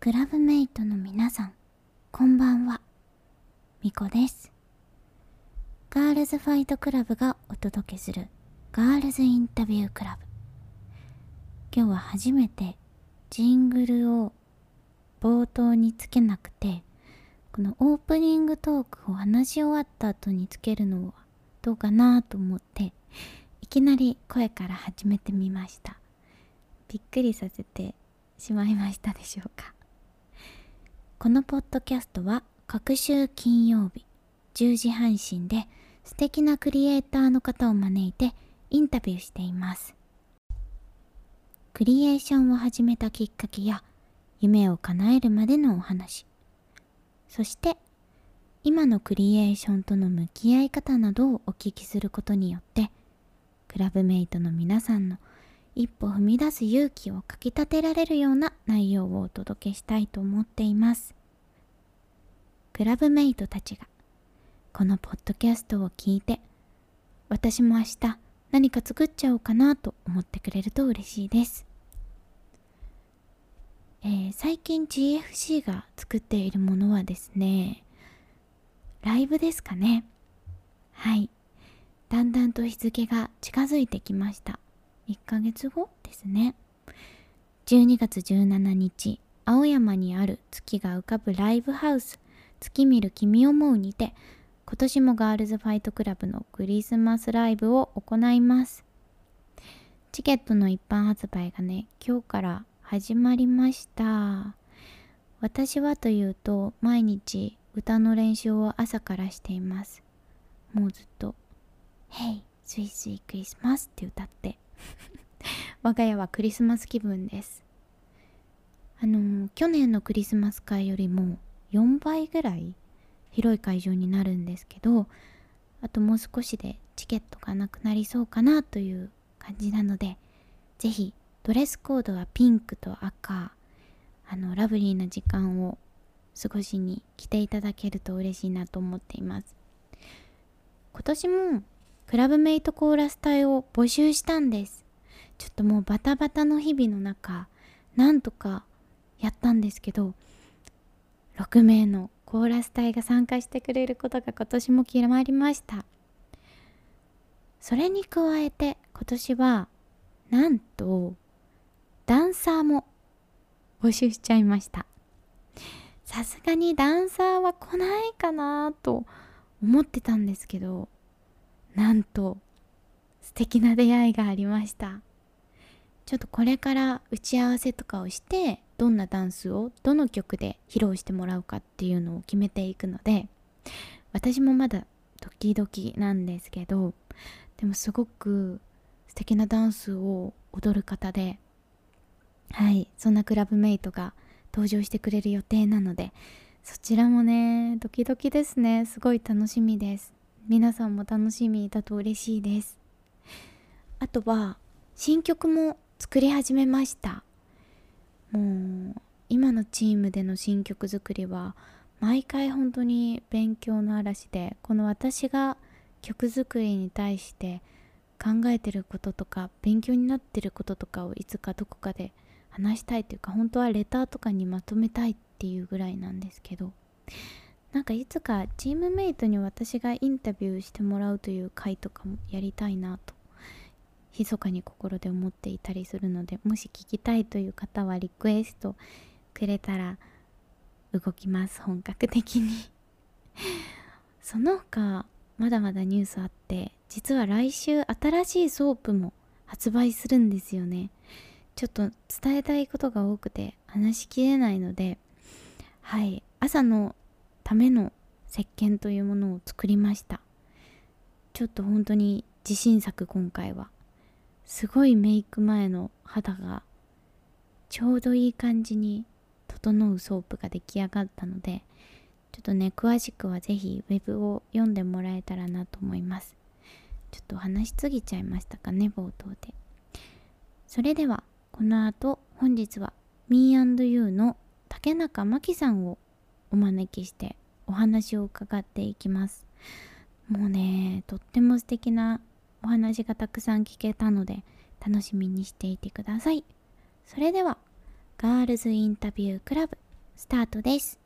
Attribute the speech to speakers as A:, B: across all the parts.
A: クラブメイトの皆さん、こんばんは。みこです。ガールズファイトクラブがお届けするガールズインタビュークラブ。今日は初めてジングルを冒頭につけなくて、このオープニングトークを話し終わった後につけるのはどうかなと思って、いきなり声から始めてみました。びっくりさせてしまいましたでしょうかこのポッドキャストは各週金曜日10時配信で素敵なクリエイターの方を招いてインタビューしていますクリエーションを始めたきっかけや夢を叶えるまでのお話そして今のクリエーションとの向き合い方などをお聞きすることによってクラブメイトの皆さんの一歩踏み出す勇気をかきたてられるような内容をお届けしたいと思っていますクラブメイトたちがこのポッドキャストを聞いて私も明日何か作っちゃおうかなと思ってくれると嬉しいです、えー最近 GFC が作っているものはですねライブですかねはいだんだんと日付が近づいてきました1ヶ月後ですね12月17日青山にある月が浮かぶライブハウス月見る君思うにて今年もガールズファイトクラブのクリスマスライブを行いますチケットの一般発売がね今日から始まりました私はというと毎日歌の練習を朝からしていますもうずっと「Hey スイスイクリスマス」って歌って我が家はクリスマス気分ですあの去年のクリスマス会よりも4倍ぐらい広い会場になるんですけどあともう少しでチケットがなくなりそうかなという感じなのでぜひドレスコードはピンクと赤あのラブリーな時間を過ごしに来ていただけると嬉しいなと思っています今年もクラブメイトコーラス隊を募集したんですちょっともうバタバタの日々の中なんとかやったんですけど6名のコーラス隊が参加してくれることが今年も決まりましたそれに加えて今年はなんとダンサーも募集しちゃいましたさすがにダンサーは来ないかなと思ってたんですけどなんと素敵な出会いがありましたちょっとこれから打ち合わせとかをしてどんなダンスをどの曲で披露してもらうかっていうのを決めていくので私もまだドキドキなんですけどでもすごく素敵なダンスを踊る方ではいそんなクラブメイトが登場してくれる予定なのでそちらもねドキドキですねすごい楽しみです皆さんも楽しみだと嬉しいですあとは新曲も作り始めましたもう今のチームでの新曲作りは毎回本当に勉強の嵐でこの私が曲作りに対して考えてることとか勉強になってることとかをいつかどこかで話したいというか本当はレターとかにまとめたいっていうぐらいなんですけどなんかいつかチームメイトに私がインタビューしてもらうという回とかもやりたいなと密かに心で思っていたりするのでもし聞きたいという方はリクエストくれたら動きます本格的に その他まだまだニュースあって実は来週新しいソープも発売するんですよねちょっと伝えたいことが多くて話しきれないのではい朝のための石鹸というものを作りましたちょっと本当に自信作今回はすごいメイク前の肌がちょうどいい感じに整うソープが出来上がったのでちょっとね詳しくはぜひウェブを読んでもらえたらなと思いますちょっと話しすぎちゃいましたかね冒頭でそれではこの後本日は Me&You の竹中真希さんをお招きしてお話を伺っていきますもうねとっても素敵なお話がたくさん聞けたので楽しみにしていてくださいそれではガールズインタビュークラブスタートです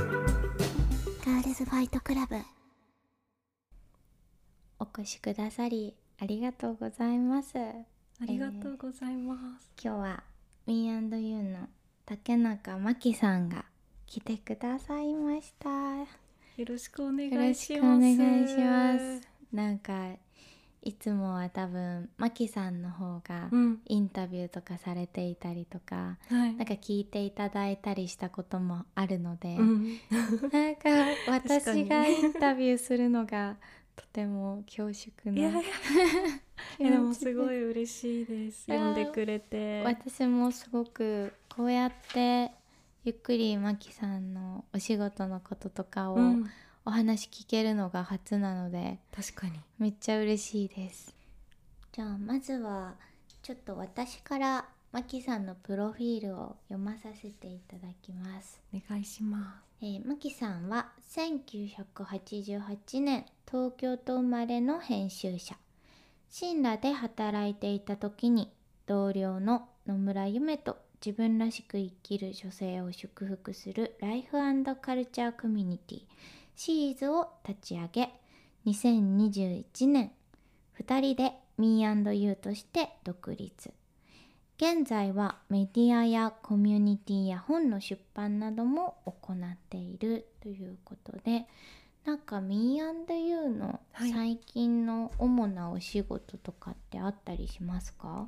A: ガールズファイトクラブお越しくださりありがとうございます今
B: ありがとうございます。
A: 日は Me&You の竹中真紀さんが来てくださいました
B: よろしくお願
A: よろ
B: い
A: し
B: し
A: くお
B: ます。
A: 願いします。なんかいつもは多分マキさんの方が
B: うん、
A: インタビューとかされていたりとか、
B: はい
A: なん。か聞いていただいたりしたこともあるので、
B: うん、
A: なんか
B: 確かに
A: 私がインタビューするのがとても恐縮
B: いやい
A: な
B: や
A: 気持ち
B: いやでもすごい嬉しいです。
A: いや
B: 呼んでくれて。
A: 私もすごくこうやってゆっくりマキさんのお仕事のこととかを
B: うん、
A: お話聞けるのが初なので、
B: 確かに。
A: めっちゃ嬉しいですじゃあまずはちょっと私からマキさんのプロフィールを読まさせていただきます、
B: お願いしま
A: えー、マキさんは1988年東京都生まれの編集者新羅で働いていた時に同僚の野村夢と自分らしく生きる女性を祝福するライフカルチャーコミュニティシーズを立ち上げ2021年2人で Me&You として独立現在はメディアやコミュニティや本の出版なども行っているということでなんか Me&You の
B: はい
A: 最近の主なお仕事とかってあったりしますか、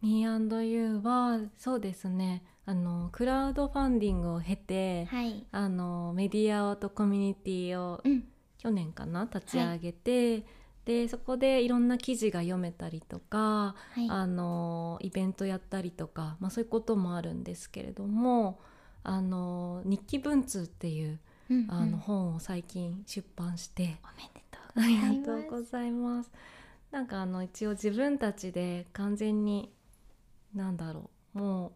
B: す。Me&You はそうですね。あのクラウドファンディングを経て、
A: はい、
B: あのメディアとコミュニティを
A: うん、
B: 去年かな立ち上げて、でそこでいろんな記事が読めたりとか、
A: はい、
B: あのイベントやったりとか、まあ、そういうこともあるんですけれどもあの日記文通っていう
A: うんうん
B: あの本を最近出版して、
A: おめでとう
B: ありがとう
A: ございます
B: ございます。なんかあの一応自分たちで完全になんだろうもう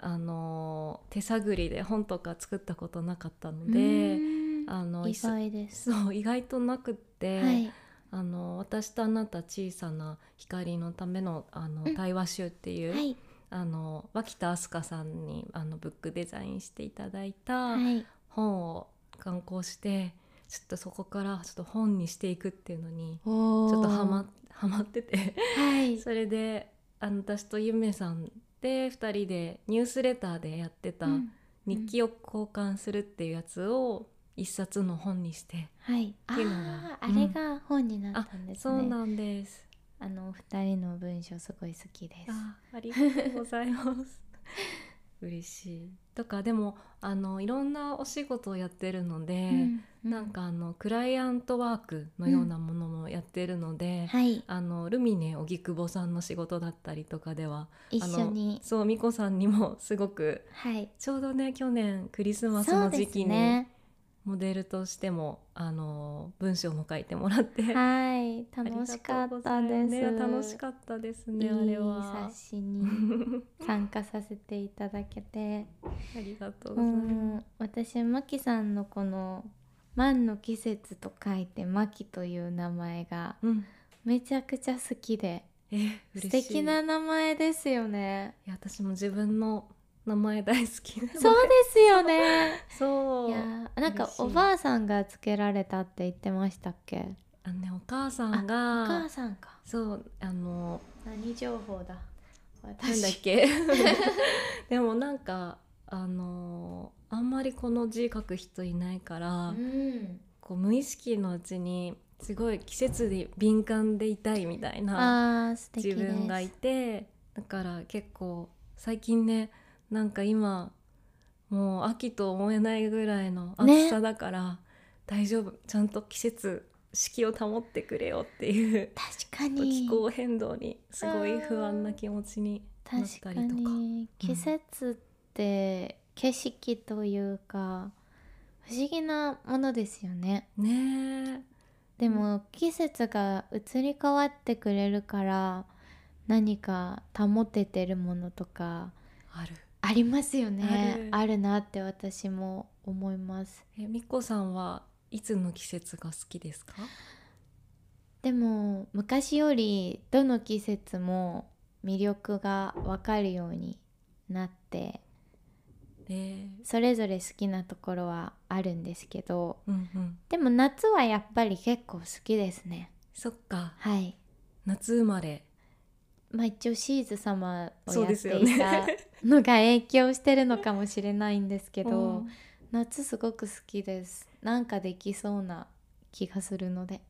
B: あの手探りで本とか作ったことなかったの
A: う
B: で
A: ーん
B: あの
A: 意外です
B: そう意外となくって、
A: はい
B: あの私とあなた小さな光のためのあの
A: うん
B: 対話集っていう、
A: はい
B: あの脇田明日香さんにあのブックデザインしていただいた
A: はい
B: 本を刊行してちょっとそこからちょっと本にしていくっていうのに
A: ち
B: ち
A: ょ
B: ょっとハマハマってて
A: はい
B: それであの私とゆめさんで2人でニュースレターでやってた
A: うん
B: 日記を交換するっていうやつを一冊の本にして、
A: はいあ
B: っていうのが
A: ああれが本になったんです
B: そう
A: ね
B: なんです。
A: あのお二人の文章すごい好きです
B: あありがとうございます 嬉しいとかでもあのいろんなお仕事をやってるので、なんかあのクライアントワークのようなものもやってるので、
A: はい
B: あのルミネ荻窪さんの仕事だったりとかでは
A: 一緒
B: あの
A: に
B: そう美子さんにもすごく
A: はい
B: ちょうどね去年クリスマス
A: そ
B: の
A: うで
B: 時
A: す
B: 期に
A: ね
B: モデルとしても、あの文章も書いてもらって
A: はい
B: ありがとう
A: 楽
B: ござ
A: し
B: い
A: か
B: ま
A: ったです、
B: ね楽しかったですねあれはい
A: い冊子に参加させていただけて
B: ありがとうご
A: う
B: ざいます。
A: ん私マキさんのこの「万の季節」と書いて「マキ」という名前が
B: うん、
A: めちゃくちゃ好きで
B: えー嬉
A: 素
B: しい
A: 敵ない名前ですよね
B: や私も自分の名前大好きなので
A: そうですよね
B: そう
A: いやーなんか
B: 嬉しい
A: おばあさんがつけられたって言ってましたっけ
B: あのねお母さん
A: お
B: が
A: 母さんか
B: そうあの
A: 何情報だ
B: なんだっ
A: 私
B: けでもなんかあのあんまりこの字書く人いないから、
A: うん
B: こう無意識のうちにすごい季節に敏感でいたいみたいな
A: あー素敵で
B: 自
A: す
B: 分がいてだから結構最近ねなんか今もう秋と思えないぐらいの暑さだから、大丈夫ちゃんと季節四季を保ってくれよっていう
A: 確か
B: 気
A: に
B: 候変動にすごい不安な気持ちになっ
A: 確
B: た
A: か
B: りとか
A: に季節って景色というか不思議なものですよね
B: ねえ
A: でも季節が移り変わってくれるから何か保ててるものとか
B: ある
A: ありますよね
B: あ
A: あるなって私も思います
B: えみこさんはいつの季節が好きですか
A: でも昔よりどの季節も魅力がわかるようになって
B: え
A: それぞれ好きなところはあるんですけど
B: うんうん
A: でも夏はやっぱり結構好きですね
B: そっか
A: はい
B: 夏生まれ
A: まあ一応シーズ様をや
B: そう
A: って
B: ですよ
A: いた
B: ね
A: のが影響してるのかもしれないんですけど、
B: うん
A: 夏すごく好きですなんかできそうな気がするので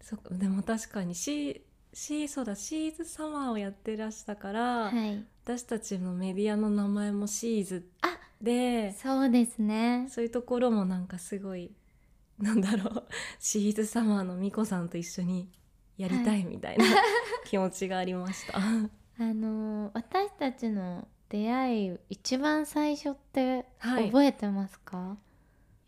B: そっかでも確かにシーシーそうだシーズサマーをやってらしたから、
A: はい
B: 私たちのメディアの名前もシーズ
A: あ
B: で
A: そうですね
B: そういうところもなんかすごいなんだろう シーズサマーのみこさんと一緒にやりたいみたいな 気持ちがありました。
A: あのー私たちの出会い一番最初って
B: はい、
A: 覚えてますか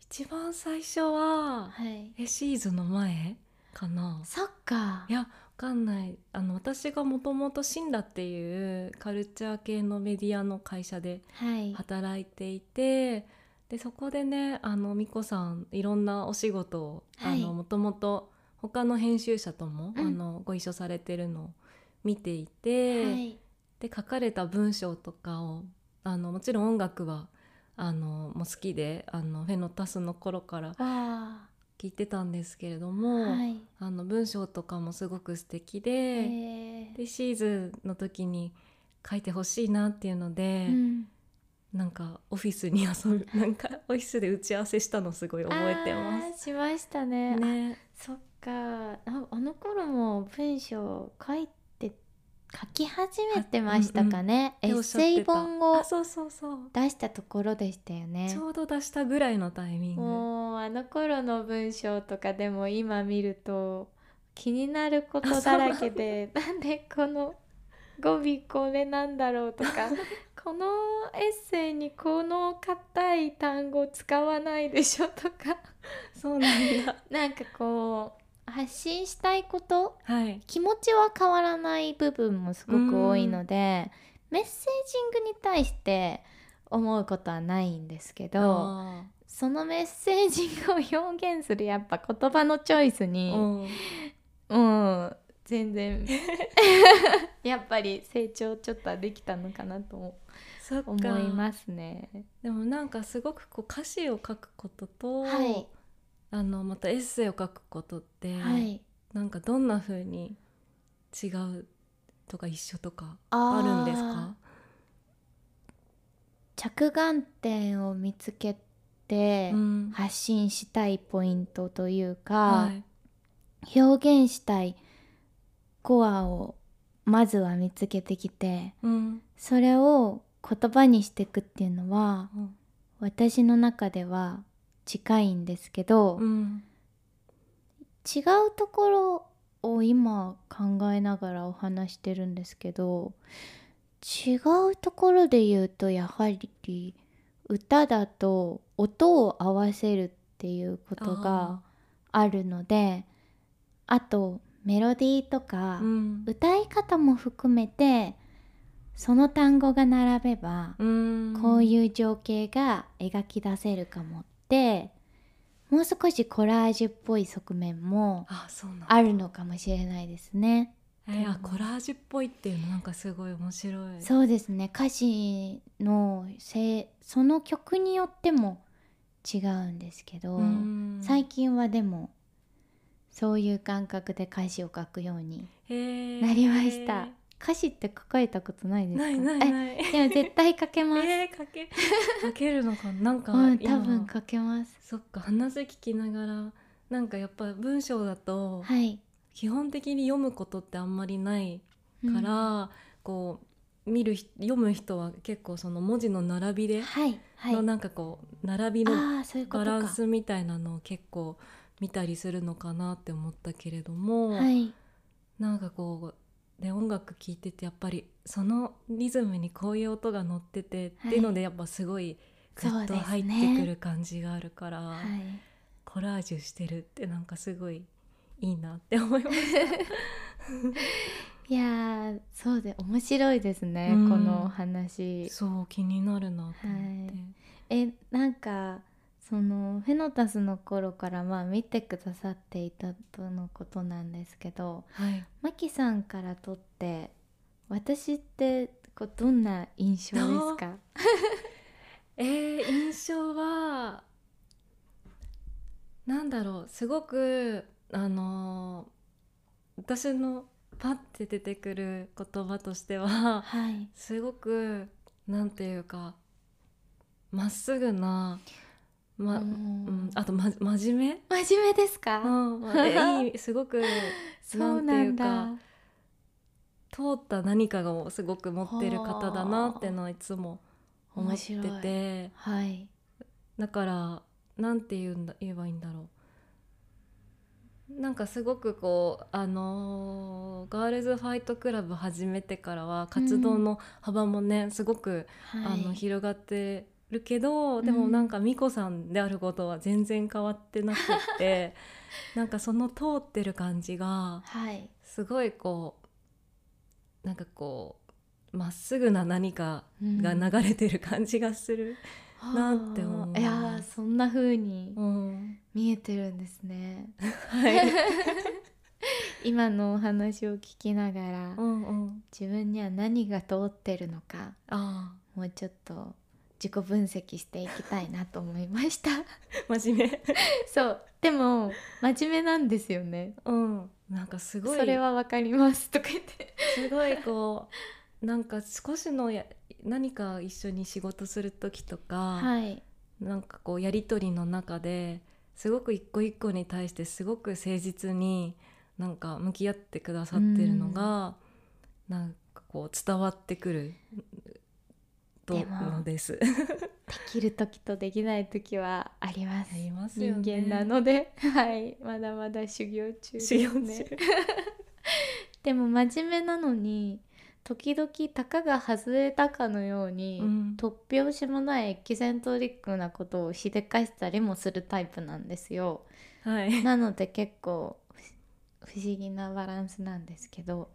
B: 一番最初は、
A: はい、
B: えシーズの前かな
A: そっか
B: いやわかんないあの私がもともとシンラっていうカルチャー系のメディアの会社で
A: はい
B: 働いていてでそこでねあの美子さんいろんなお仕事を、
A: はい
B: あのもともと他の編集者とも、
A: うん
B: あのご一緒されてるのを見ていて、
A: はい
B: で書かれた文章とかをあのもちろん音楽はあのもう好きであのフェノタスの頃から
A: わ
B: 聞いてたんですけれど
A: あ
B: も、
A: はい
B: あの文章とかもすごく素敵で、
A: えー
B: でシーズンの時に書いてほしいなっていうので。
A: うん
B: なんかオフィスに遊びなんかオフィスで打ち合わせしたのすごい覚えてま
A: あーしましたね
B: す。ね、
A: そっかああの頃も文章書いて書き始めてましたかね、
B: ってお
A: エ
B: っ
A: ッ
B: しゃってた
A: セイ本を
B: あそうそうそう。
A: 出したところでしたよね
B: ちょうど出したぐらいのタイミング。
A: もうあの頃の文章とかでも今見ると気になるこ
B: あ
A: と
B: そう
A: だ
B: なんだ
A: らけでなんでこの語尾これなんだろうと かこのエッセイにこの硬い単語使わないでしょとか
B: そうなん だ。
A: なんかこう発信したいこと
B: はい。
A: 気持ちは変わらない部分もすごく多いのでメッセージングに対して思うことはないんですけど
B: あ
A: そのメッセージングを表現するやっぱ言葉のチョイス
B: ー
A: に
B: うん
A: うん全 然やっぱり成長ちょっとはできたのかなと
B: そっか。
A: 思いますね。
B: でもなんかすごくこう歌詞を書くことと、
A: はい、
B: あのまたエッセイを書くことって、
A: はい、
B: なんかどんな風に違うとか一緒とか
A: あー
B: あるんですか？
A: 着眼点を見つけて
B: うん
A: 発信したいポイントというか、
B: はい。
A: 表現したいコアをまずは見つけてきて
B: うん。
A: それを言葉にしていくっていうのは
B: うん
A: 私の中では近いんですけど、
B: うん。
A: 違うところを今考えながらお話してるんですけど違うところで言うとやはり歌だと音を合わせるっていうことがあるのであとメロディーと
B: あ
A: か
B: ー、うん、
A: 歌い方も含めてその単語が並べば、こう
B: う
A: いう情景が描き出せるかもってもう少しコラージュっぽい側面も
B: んあそうなんだ
A: あるのかもしれないですね。
B: えーあコラージュっぽいっていうのなんかすごい面白い
A: そうですね歌詞のせいその曲によっても違うんですけど、
B: うん
A: 最近はでもそういう感覚で歌詞を書くように
B: へー
A: なりました歌詞って書かれたことないですか
B: ないないない
A: えでも絶対書け ます、
B: えー、か けかけるのかななんか
A: うん
B: 今
A: 多分書けます
B: そっか話聞きながらなんかやっぱ文章だと
A: はい
B: 基本的に読むことってあんまりないか
A: うん
B: ら、こう見るひ読む人は結構その文字の並びで
A: はいはい
B: のなんかこう並びの
A: ああそういうこ
B: バ
A: とか
B: ランスみたいなのを結構見たりするのかなって思ったけれども、
A: はい
B: なんかこうで音楽聴いててやっぱりそのリズムにこういう音が乗ってて、
A: はい
B: っていうのでやっぱすごいグッと入ってくる感じがあるから、
A: はい
B: コラージュしてるってなんかすごいいいなって思いました。
A: いやーそうで面白いですね、
B: うん
A: このお話
B: そう気になるなと思って、
A: はいえなんかそのフェノタスの頃からまあ見てくださっていたとのことなんですけど
B: はい、
A: マキさんからとって私ってこうどんな印象ですか
B: えー、印象はなんだろうすごくあのー私のパッて出てくる言葉として は
A: はい
B: すごくなんていうかまっすぐな、ま
A: う
B: うんん、あと、ま、真面目
A: 真面目ですか、
B: うん えいいすごく
A: そうなん
B: な
A: だ
B: ん通った何かをすごく持ってる方だなってのはいつも思
A: 面
B: って
A: 白い
B: て
A: はい
B: だからなんて言うんだ言えばいいんだろうなんかすごくこうあのーガールズファイトクラブ始めてからは活動の幅もね、すごく
A: はい
B: あの広がってるけどでもなんか美子さんであることは全然変わってなくって なんかその通ってる感じが
A: はい
B: すごいこうなんかこうまっすぐな何かが
A: うん
B: 流れてる感じがする。なって思う
A: いやーそんな風に
B: うん
A: 見えてるんです ね、
B: はい、
A: 今のお話を聞きながら、
B: うんうん、
A: 自分には何が通ってるのか
B: あ
A: もうちょっと自己分析していきたいなと思いました
B: あ真面目。
A: そうでも真面目なんですよね
B: うん、なんかすごい
A: それはわかりますとか言って
B: すごいこうなんか少しのや何か一緒に仕事する時とか。
A: はい
B: なんかこうやり取りの中ですごく一個一個に対してすごく誠実になんか向き合ってくださってるのが、なんかこう伝わってくると
A: でも
B: のです。
A: できる時とできない時はあります
B: ありますよ
A: 人
B: ね
A: 間なので、はい、まだまだ修行中です
B: 修行
A: ね。でも真面目なのに時々たかが外れたかのように、
B: うん
A: 突拍子もないエキセントリックなことをしでかしたりもするタイプなんですよ。
B: 中。はい。
A: なので結構不不思議なバランスなんですけど、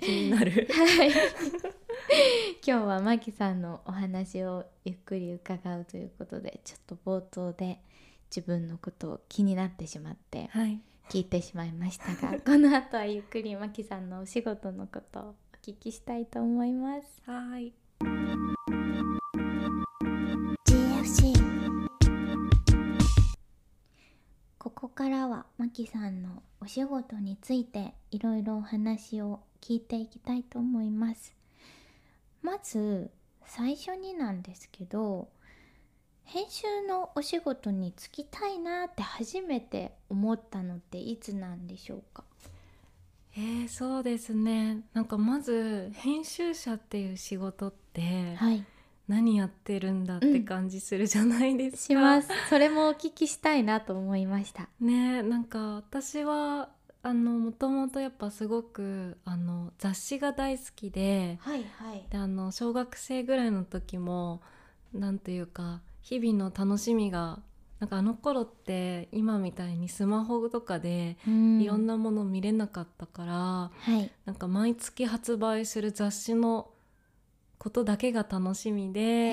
B: 気になる。
A: はい、今日はマキさんのお話をゆっくり伺うということでちょっと冒頭で自分のことを気になってしまって
B: はい。
A: 聞いてしまいました がこの後はゆっくりマキさんのお仕事のことをお聞きしたいと思います。
B: はい。
C: GFC
A: ここからはマキさんのお仕事についていろいろお話を聞いていきたいと思いますまず最初になんですけど編集のお仕事に就きたいなって初めて思ったのっていつなんでしょうか
B: えー、そうですね。なんかまず編集者っていう仕事って
A: はい
B: 何やってるんだって感じするじゃないですか。
A: しますそれもお聞きしたいなと思いました
B: ねなんか私はあのもともとやっぱすごくあの雑誌が大好きで
A: はいはい
B: であの小学生ぐらいの時もなんていうか日々の楽しみがなんかあの頃って今みたいにスマホとかでいろん
A: な
B: なもの見れなかったから、
A: はい
B: なんか毎月発売する雑誌のことだけが楽しみで、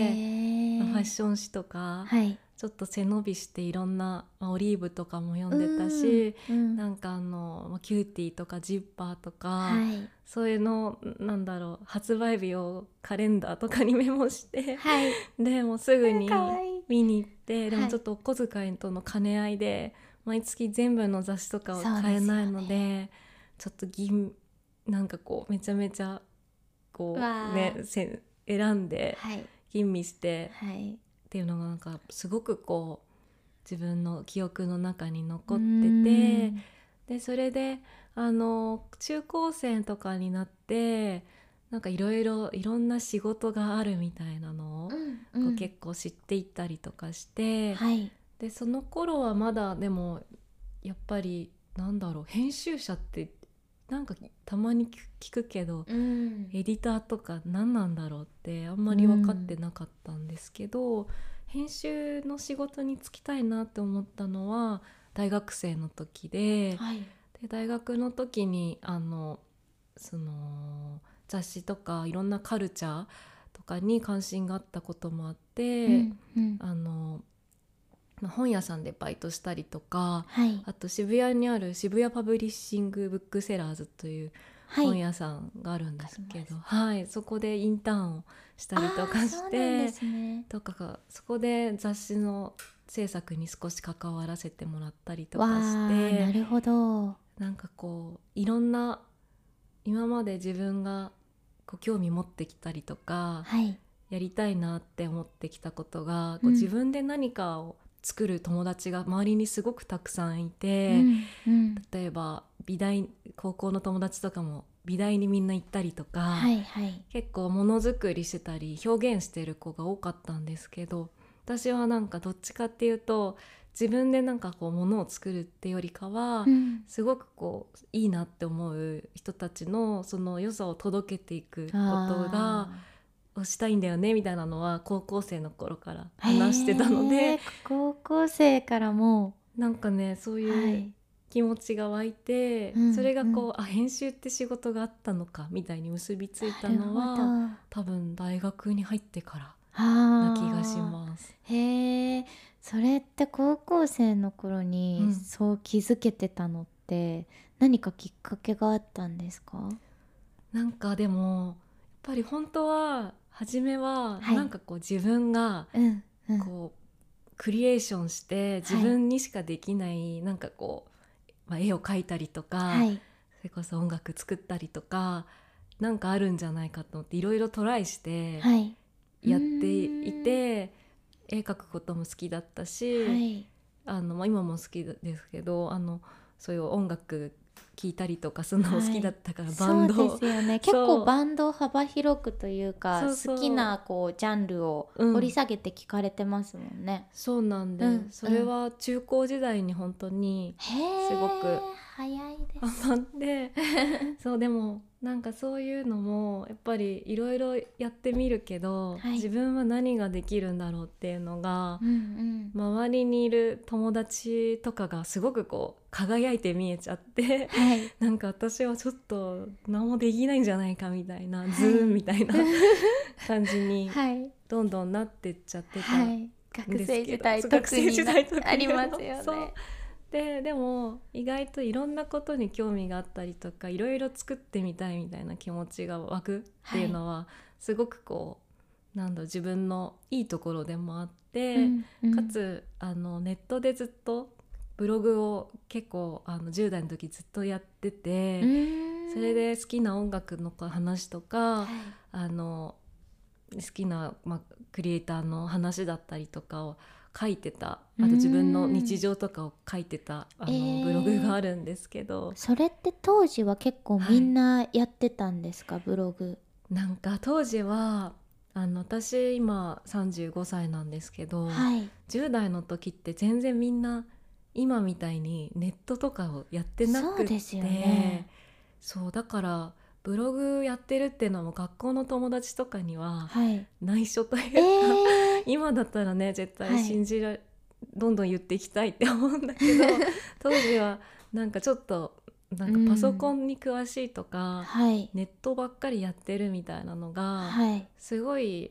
B: まあファッション誌とか、
A: はい
B: ちょっと背伸びしていろんな、まあオリーブとかも読んでたし、
A: うん
B: なんかあのまあキューティーとかジッパーとか、
A: はい
B: そういうのなんだろう発売日をカレンダーとかにメモして
A: はい
B: でもうすぐに
A: 可愛い
B: 見に行ってで
A: は
B: も
A: い
B: ちょっとお小遣いとの兼ね合いで毎月全部の雑誌とかを買えないの
A: そう
B: で
A: で
B: ちょっと銀なんかこうめちゃめちゃこ
A: わあ
B: うねせ選んで
A: はい
B: 吟味して
A: はい
B: っていうのがなんかすごくこう自分の記憶の中に残っ
A: う
B: てて
A: ん。
B: でそれであの中高生とかになってなんかいろいろいろんな仕事があるみたいなのを、こ
A: う
B: うん結構知っていったりとかして、
A: はい
B: でその頃はまだでもやっぱりなんだろう編集者ってなんかたまに聞聞くけど
A: うん
B: エディターとか何なんだろうってあんまり分かってなかったんですけど、編集の仕事に就きたいなって思ったのは大学生の時で。
A: はい
B: で大学の時にあのその雑誌とかいろんなカルチャーとかに関心があったこともあって、
A: うんうん
B: あのまあ本屋さんでバイトしたりとか
A: はい
B: あと渋谷にある渋谷パブリッシングブックセラーズという
A: は
B: 本
A: い
B: 屋さんがあるんですけ
A: わかり
B: ど、はいそこでインターンをしたりとか
A: あーそうな
B: し
A: ん
B: て
A: ですね
B: とかがそこで雑誌の制作に少し関わらせてもらったりとか
A: わあ
B: して
A: なるほど
B: なんかこういろんな今まで自分がこう興味持ってきたりとか
A: はい
B: やりたいなって思ってきたことが、こ
A: う
B: う
A: ん
B: 自分で何かを作る友達が周りにすごくたくさんいて、
A: うんうん
B: 例えば美大高校の友達とかも美大にみんな行ったりとか、
A: はいはい
B: 結構ものづくりしてたり表現してる子が多かったんですけど私はなんかどっちかっていうと自分でなんかこうものを作るってよりかは、
A: うん
B: すごくこういいなって思う人たちのその良さを届けていくことが
A: あ
B: をしたいんだよねみたいなのは高校生の頃から
A: ー
B: 話してたの
A: へ
B: で
A: ー高校生からも
B: なんかねそう
A: う
B: い
A: は
B: う
A: い
B: 気持ちが湧いて、
A: うん
B: それがこう、あ編集って仕事があったのかみたいに結びついたの
A: な
B: は
A: るほど
B: 多分大学に入ってから
A: あ
B: な気
A: ー
B: がします。
A: へえそれって高校生の頃
B: う
A: に
B: ん
A: そう気づけてたのって何かきっかけがあったんですか
B: なんかでもやっぱり本当は初めは
A: はい
B: なんかこう自分が
A: うんうん
B: こうクリエーションして自分にしかできないなんかこう、まあ、絵を描いたりとか、
A: はい
B: それこそ音楽作ったりとかなんかあるんじゃないかと思っていろいろトライして
A: はい
B: やっていて、絵描くことも好きだったし、
A: はい
B: あのまあ、今も好きですけどあのそういう音楽聴いたりとかするのも好きだったから、バンド
A: そうですよね結
B: そう
A: 構バンド幅広くというか
B: そうそう
A: 好きなこうジャンルを
B: うん
A: 掘り下げて聞かれてますもんね、
B: そうなんで、
A: うん
B: それは中高時代に本当に
A: へえ
B: すごく
A: 早いです
B: ハマって そうでもなんかそういうのもやっぱりいろいろやってみるけど、
A: はい
B: 自分は何ができるんだろうっていうのが
A: う、んうん
B: 周りにいる友達とかがすごくこう輝いて見えち ゃって。
A: はい
B: なんか私はちょっと何もできないんじゃないかみたいな、
A: い
B: ズーンみたい な感じに
A: はい
B: どんどんなってっちゃってた、
A: はい学生時代
B: ですけど
A: 特に
B: 学生時代特に
A: なありますよ
B: そ
A: ね
B: うででも意外といろんなことに興味があったりとかいろいろ作ってみたいみたいな気持ちが湧くっていうのは、すごくこうなんだろう自分のいいところでもあって、
A: うんうん
B: かつあのネットでずっとブログを結構あの10代の時ずっとやってて、それで好きな音楽の話とか、あの好きな、まあ、クリエイターの話だったりとかを書いてたあと
A: うん
B: 自分の日常とかを書いてたあの、
A: えー
B: ブログがあるんですけど
A: それって当時は結構みんなやってたんですか、ブログ
B: なんか当時はあの私今35歳なんですけど、
A: はい
B: 10代の時って全然みんな今みたいにネットとかをやってなくて
A: そうですよね
B: そうだからブログやってるっていうのも学校の友達とかには
A: はい
B: 内緒という
A: え
B: か、
A: ー、
B: 今だったらね絶
A: は
B: 対
A: い
B: 信じられ、どんどん言っていきたいって思うん だけど当時はなんかちょっとなんかパソコンに詳しいとか、
A: はい
B: ネットばっかりやってるみたいなのが、
A: はい
B: すごい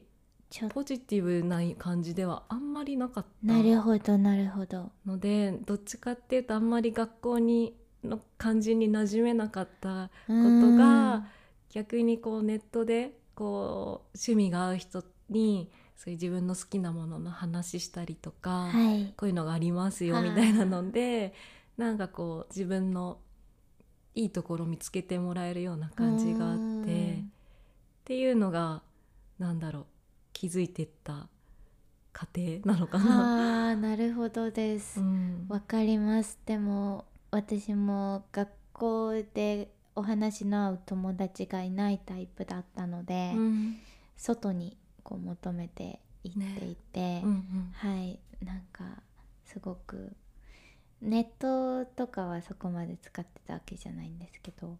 A: ちょっと
B: ポジティブな感じではあんまりなかった
A: なるほどなるほど
B: のでどっちかっていうとあんまり学校にの感じに馴染めなかった
A: こ
B: ことが逆にこうネットでこう趣味が合う人にそういう自分の好きなものの話したりとか、
A: はい
B: こういうのがありますよ
A: はい
B: みたいなのでなんかこう自分のいいところ見つけてもらえるような感じがあ
A: う
B: ってっ
A: ん
B: ていうのがなんだろう気づいてった過程なのかな。
A: あーなるほどです
B: うん
A: わかりますでも私も学校でお話の合う友達がいないタイプだったので、
B: うん
A: 外にこう求めて行っていて、
B: うんうん
A: はいなんかすごくネットとかはそこまで使ってたわけじゃないんですけど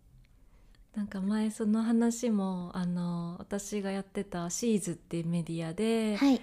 B: なんか前その話もあの私がやってた「シーズっていうメディアで、
A: はい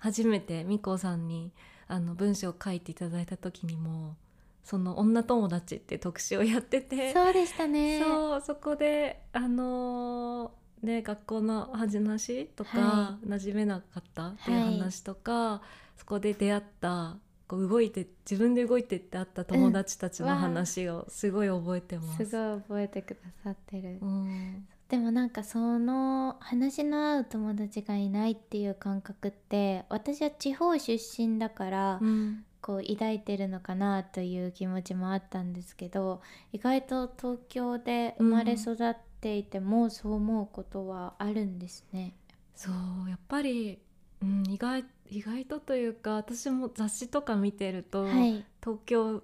B: 初めてみこさんにあの文章を書いていただいた時にもその女友達って特集をやってて
A: そうでしたね
B: そうそこであのーね学校の恥なしとか、
A: は
B: 馴染めなかったっていう話とか、そこで出会ったこう動いて自分で動いてってあった友達たち
A: うん
B: の
A: わあ
B: 話をすごい覚えてますす。
A: ごい覚えてくださってる、
B: うん
A: でもなんかその話の合う友達がいないっていう感覚って私は地方出身だから、
B: うん
A: こう抱いてるのかなという気持ちもあったんですけど意外と東京で生まれ育っていてもそう思うことはあるんですね。
B: そうやっぱり、うん、意外意外とというか私も雑誌とか見てると、
A: はい、
B: 東京っ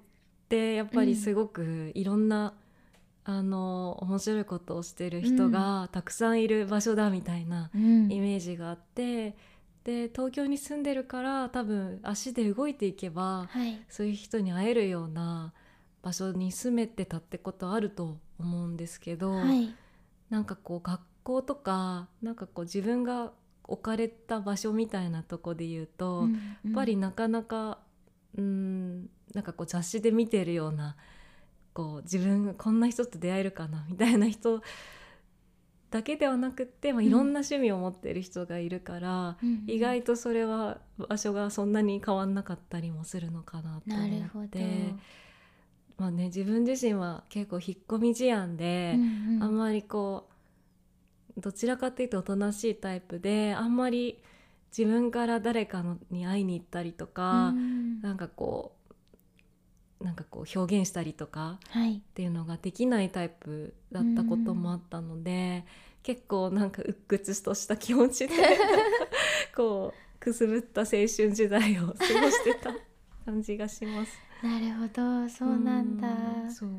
B: てやっぱりすごくいろんな、あの面白いことをしてる人がたくさんいる場所だみたいな
A: うん
B: イメージがあって、で東京に住んでるから多分足で動いていけば
A: はい、
B: そういう人に会えるような場所に住めてたってことあると思うんですけど、
A: はい、
B: なんかこう学校とかなんかこう自分が置かれた場所みたいなとこで言うと、
A: うん
B: やっぱりなかなかうんなんかこう雑誌で見てるようなこう自分こんな人と出会えるかなみたいな人だけではなくって、まあ、
A: うん
B: いろんな趣味を持ってる人がいるから、
A: うんうん
B: 意外とそれは場所がそんなに変わんなかったりもするのかなと
A: な
B: 思って
A: るほど、
B: まあね、自分自身は結構引っ込み思案で。
A: うんうん
B: あんまりこうどちらかというとおとなしいタイプであんまり自分から誰かのに会いに行ったりとか、
A: うん
B: なんかこうなんかこう表現したりとか
A: はい、
B: っていうのができないタイプだったこともあったので、結構なんか鬱屈とした気持 ちでこうくすぶった青春時代を過ごしてた感じがします。
A: なるほど そうなんだ
B: うんそう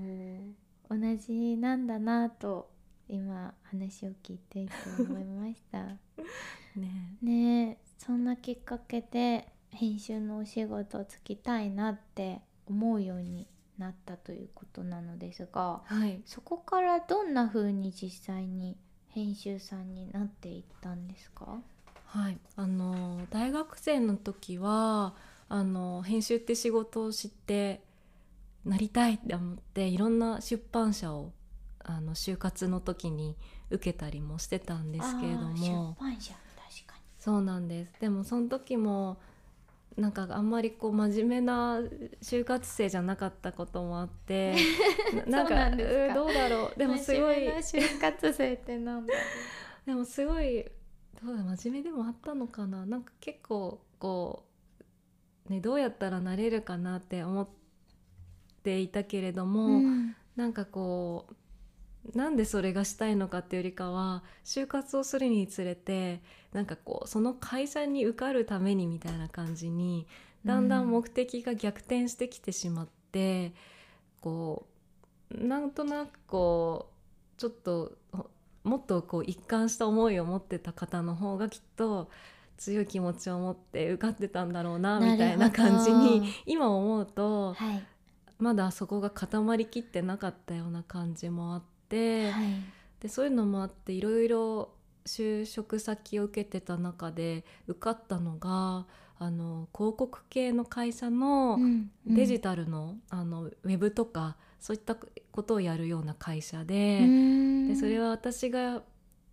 A: 同じなんだなと今話を聞いていて思いました
B: ね
A: ねえそんなきっかけで編集のお仕事をつきたいなって思うようになったということなのですが
B: はい
A: そこからどんな風に実際に編集さんになっていったんですか
B: はい、あの大学生の時はあの編集って仕事を知ってなりたいって思っていろんな出版社をあの就活の時に受けたりもしてたんですけれども
A: あー出版社確か
B: そうなんですでもその時もなんかあんまりこう真面目な就活生じゃなかったこともあって な
A: そうなんですか
B: うんどうだろうで
A: に
B: もすごい
A: 真面目な就活生ってなんだろ
B: でもすごいどうだ真面目でもあったのかななんか結構こう、ね、どうやったらなれるかなって思っていたけれども、
A: う、うん
B: なんかこうなんでそれがしたいのかっていうよりかは就活をするにつれてなんかこうその会社に受かるためにみたいな感じにだんだん目的が逆転してきてしまって、こうなんとなくこうちょっとほもっとこう一貫した思いを持ってた方の方がきっと強い気持ちを持って受かってたんだろうな
A: なる
B: み
A: ほど
B: たいな感じに今思うと、
A: はい
B: まだそこが固まりきってなかったような感じもあって、
A: はい
B: でそういうのもあっていろいろ就職先を受けてた中で受かったのがあの広告系の会社の
A: うんうん
B: デジタルの,、あのウェブとかそういったことをやるような会社で,、でそれ
A: は
B: は私がや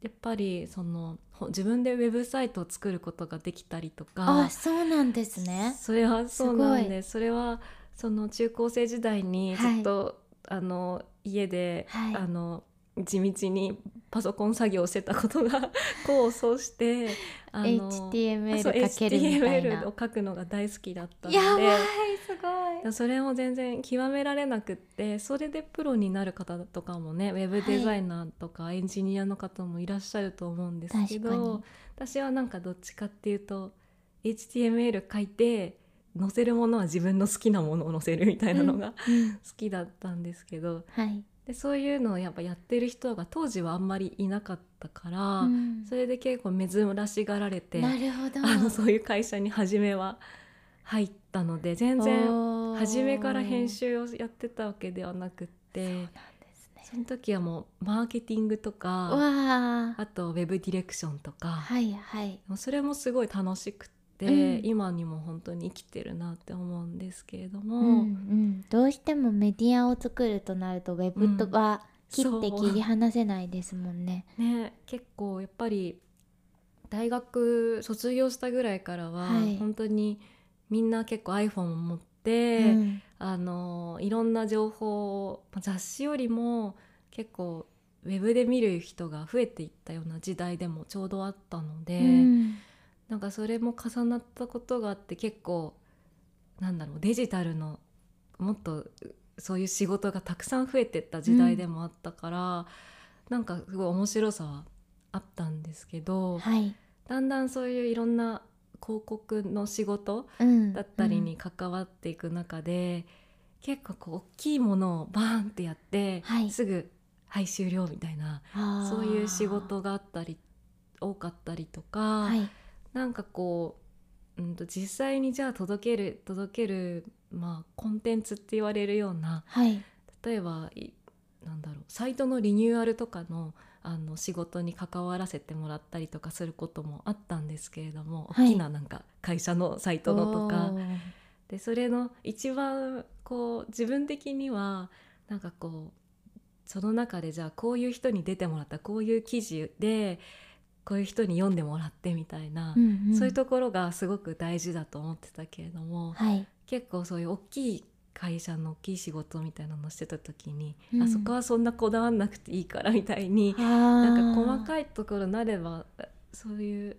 B: っぱりそのほ自分でウェブサイトを作ることができたりとか
A: あそうなんですね
B: それは
A: すごい
B: そ
A: う
B: なんですそれはその中高生時代にずっと、あの家で、
A: はい
B: あの地道にパソコン作業をしてたことが 功を奏してあのあそう
A: HTML かけるみたい
B: HTML
A: な
B: を書くのが大好きだったので
A: やばいすごい
B: それも全然極められなくってそれでプロになる方とかもねウェブデザイナーとかエンジニアの方もいらっしゃると思うんですけ
A: 確かに
B: ど私はなんかどっちかっていうと HTML 書いて載せるものは自分の好きなものを載せるみたいなのが、好
A: うん
B: きだったんですけど
A: はい、
B: でそういうのをやっぱやってる人が当時はあんまりいなかったから、
A: うん
B: それで結構珍しがられて
A: なるほど
B: あのそういう会社に初めは入ったので全然
A: おー
B: 初めから編集をやってたわけではなくって
A: なんですね
B: その時はもうマーケティングと
A: わ
B: か
A: あ
B: あとウェブディレクションとか、
A: はいはい
B: もうそれもすごい楽しくて、
A: うん
B: 今にも本当に生きてるなって思うんですけれども、
A: うんうん、どうしてもメディアを作るとなるとウェブとは切って切り離せないですもんね。
B: ね、結構やっぱり大学卒業したぐらいからは、
A: はい
B: 本当にみんな結構 iPhone を持って、
A: うん
B: あのいろんな情報をまあ雑誌よりも結構ウェブで見る人が増えていったような時代でもちょうどあったので、
A: うん
B: なんかそれも重なったことがあって結構なんだろうデジタルのもっとそういう仕事がたくさん増えてった時代でもあったから、なんかすごい面白さはあったんですけど、
A: はい
B: だんだんそういういろんな広告の仕事
A: うん、
B: だったりに関わっていく中で、結構こう大きいものをバーンってやって、
A: はい
B: すぐはい終了みたいな
A: あー
B: そういう仕事があったり多かったりとか。
A: はい
B: なんかこう、うん、と実際にじゃあ届ける届ける、まあ、コンテンツって言われるような
A: はい
B: 例えばいなんだろうサイトのリニューアルとかのあの仕事に関わらせてもらったりとかすることもあったんですけれども、
A: はい
B: 大きななんか会社のサイトのとか
A: おー
B: でそれの一番こう自分的にはなんかこうその中でじゃあこういう人に出てもらったこういう記事でこういう人に読んでもらってみたいな、
A: んん
B: そういうところがすごく大事だと思ってたけれども
A: はい
B: 結構そういう大きい会社の大きい仕事みたいなのをしてた時に、
A: うん
B: あそこはそんなこだわんなくていいからみたいに
A: な
B: なんか細かいところになればそういう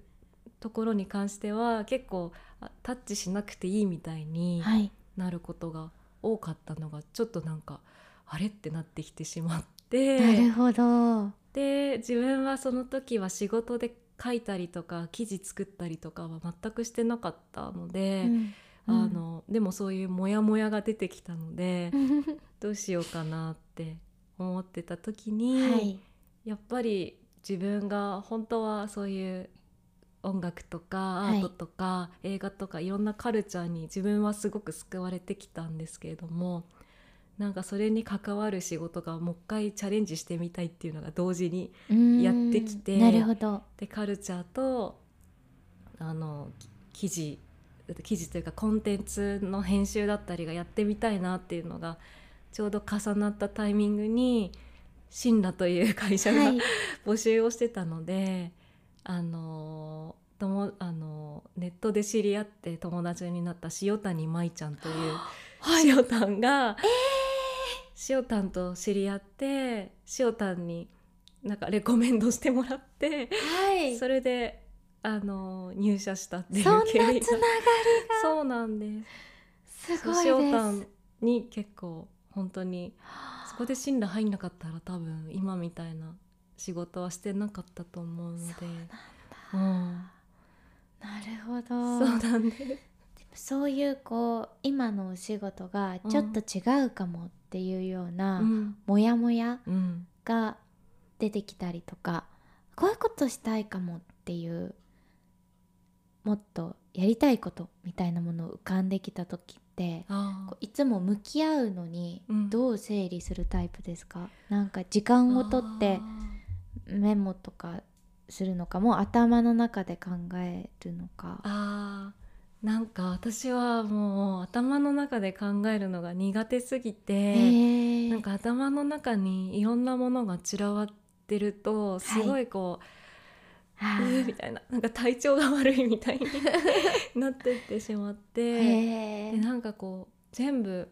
B: ところに関しては結構あタッチしなくていいみたいに
A: はい
B: なることが多かったのがちょっとなんかあれってなってきてしまって。
A: なるほど
B: で自分はその時は仕事で書いたりとか記事作ったりとかは全くしてなかったので、
A: うん
B: あのでもそういうモヤモヤが出てきたので、どうしようかなって思ってた時に、
A: はい
B: やっぱり自分が本当はそういう音楽とかア
A: い
B: ートとか、映画とかいろんなカルチャーに自分はすごく救われてきたんですけれどもなんかそれに関わる仕事がもう一回チャレンジしてみたいっていうのが同時に
A: うん
B: やってきて
A: なるほど
B: でカルチャーとあのき記事記事というかコンテンツの編集だったりがやってみたいなっていうのがちょうど重なったタイミングにシンラという会社が、
A: はい
B: 募集をしてたのであのともあのネットで知り合って友達になった塩谷舞ちゃん という、塩谷が、塩谷と知り合って塩谷になんかレコメンドしてもらって、
A: はい
B: それであの入社したっていう
A: そんなつ
B: 経
A: なが
B: 緯
A: り
B: がそうなんで
A: す
B: すそ
A: ご
B: う
A: い
B: 塩
A: です
B: 谷に結構本当にそこで信羅入んなかったら多分今みたいな仕事はしてなかったと思うので
A: そうなんだ
B: うん
A: なるほ
B: そう
A: ど
B: なんです
A: そういうこう今のお仕事がちょっと違うかもっていうよう
B: う
A: な、
B: ん
A: モヤモヤ
B: うん
A: が出てきたりとかこういうことしたいかもっていうもっとやりたいことみたいなものを浮かんできた時って
B: あ
A: こういつも向き合うのに
B: うん
A: どう整理するタイプですか、なんか時間をとってメモとかするのかもう頭の中で考えるのか
B: あーあーなんか私はもう頭の中で考えるのが苦手すぎて、
A: へー
B: なんか頭の中にいろんなものが散らわってるとすごいこう、
A: あ
B: うーみ
A: ー
B: たいななんか体調が悪いみたいになってってしまって
A: へ
B: で
A: ー
B: なんかこう全部、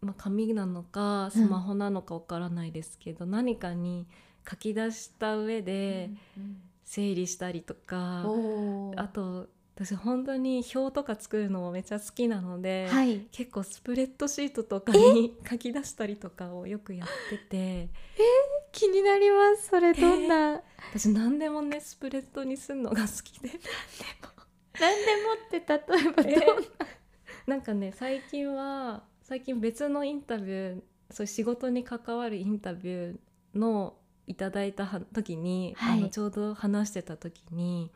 B: まあ、紙なのかスマホなのかわからないですけど、何かに書き出した上で
A: うん
B: 整理したりと
A: う
B: か
A: ん、おー
B: あと私本当に表とか作るのもめっちゃ好きなので、
A: はい
B: 結構スプレッドシートとかに書き出したりとかをよくやってて
A: 気になりますそれどんな、
B: 私何でもねスプレッドにするのが好きで。
A: 何でもって例えばどん
B: え
A: な、
B: なんかね最近は最近別のインタビューそういう仕事に関わるインタビューのいただいたは時に、
A: はい
B: あのちょうど話してた時に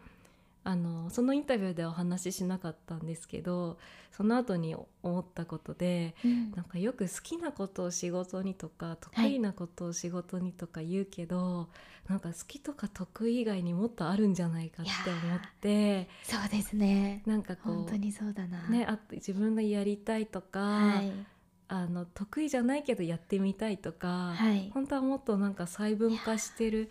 B: あのそのインタビューではお話ししなかったんですけどその後に思ったことで
D: うん
B: なんかよく好きなことを仕事にとか
A: は
B: 得
A: い
B: 意なことを仕事にとか言うけど、なんか好きとか得意以外にもっとあるんじゃないかって思って
A: そうですね
B: なんかこ
A: 本当
B: う、
A: にそうだな、
B: ね、あと自分がやりたいとか、
A: はい
B: あの得意じゃないけどやってみたいとか、
A: はい
B: 本当はもっとなんか細分化してる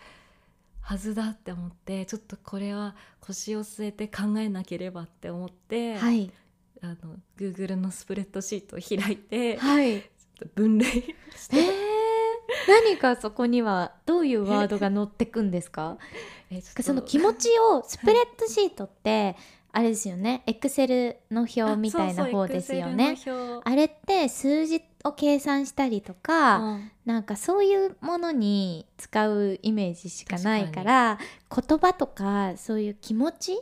B: はずだって思ってちょっとこれは腰を据えて考えなければって思って、
A: はい
B: あの Google のスプレッドシートを開いて、
A: はい
B: ちょっと分類して
A: えー、何かそこにはどういうワードが載ってくんですか
B: えちょっと
A: その
B: あ
A: 気持ちをスプレッドシートってあれですよねエクセルの表みたいな方ですよね
B: そうそう Excel の表
A: あれって数字を計算したりとか、
B: うん
A: なんかそういうものに使うイメージしかないから言葉とかそういう気持ち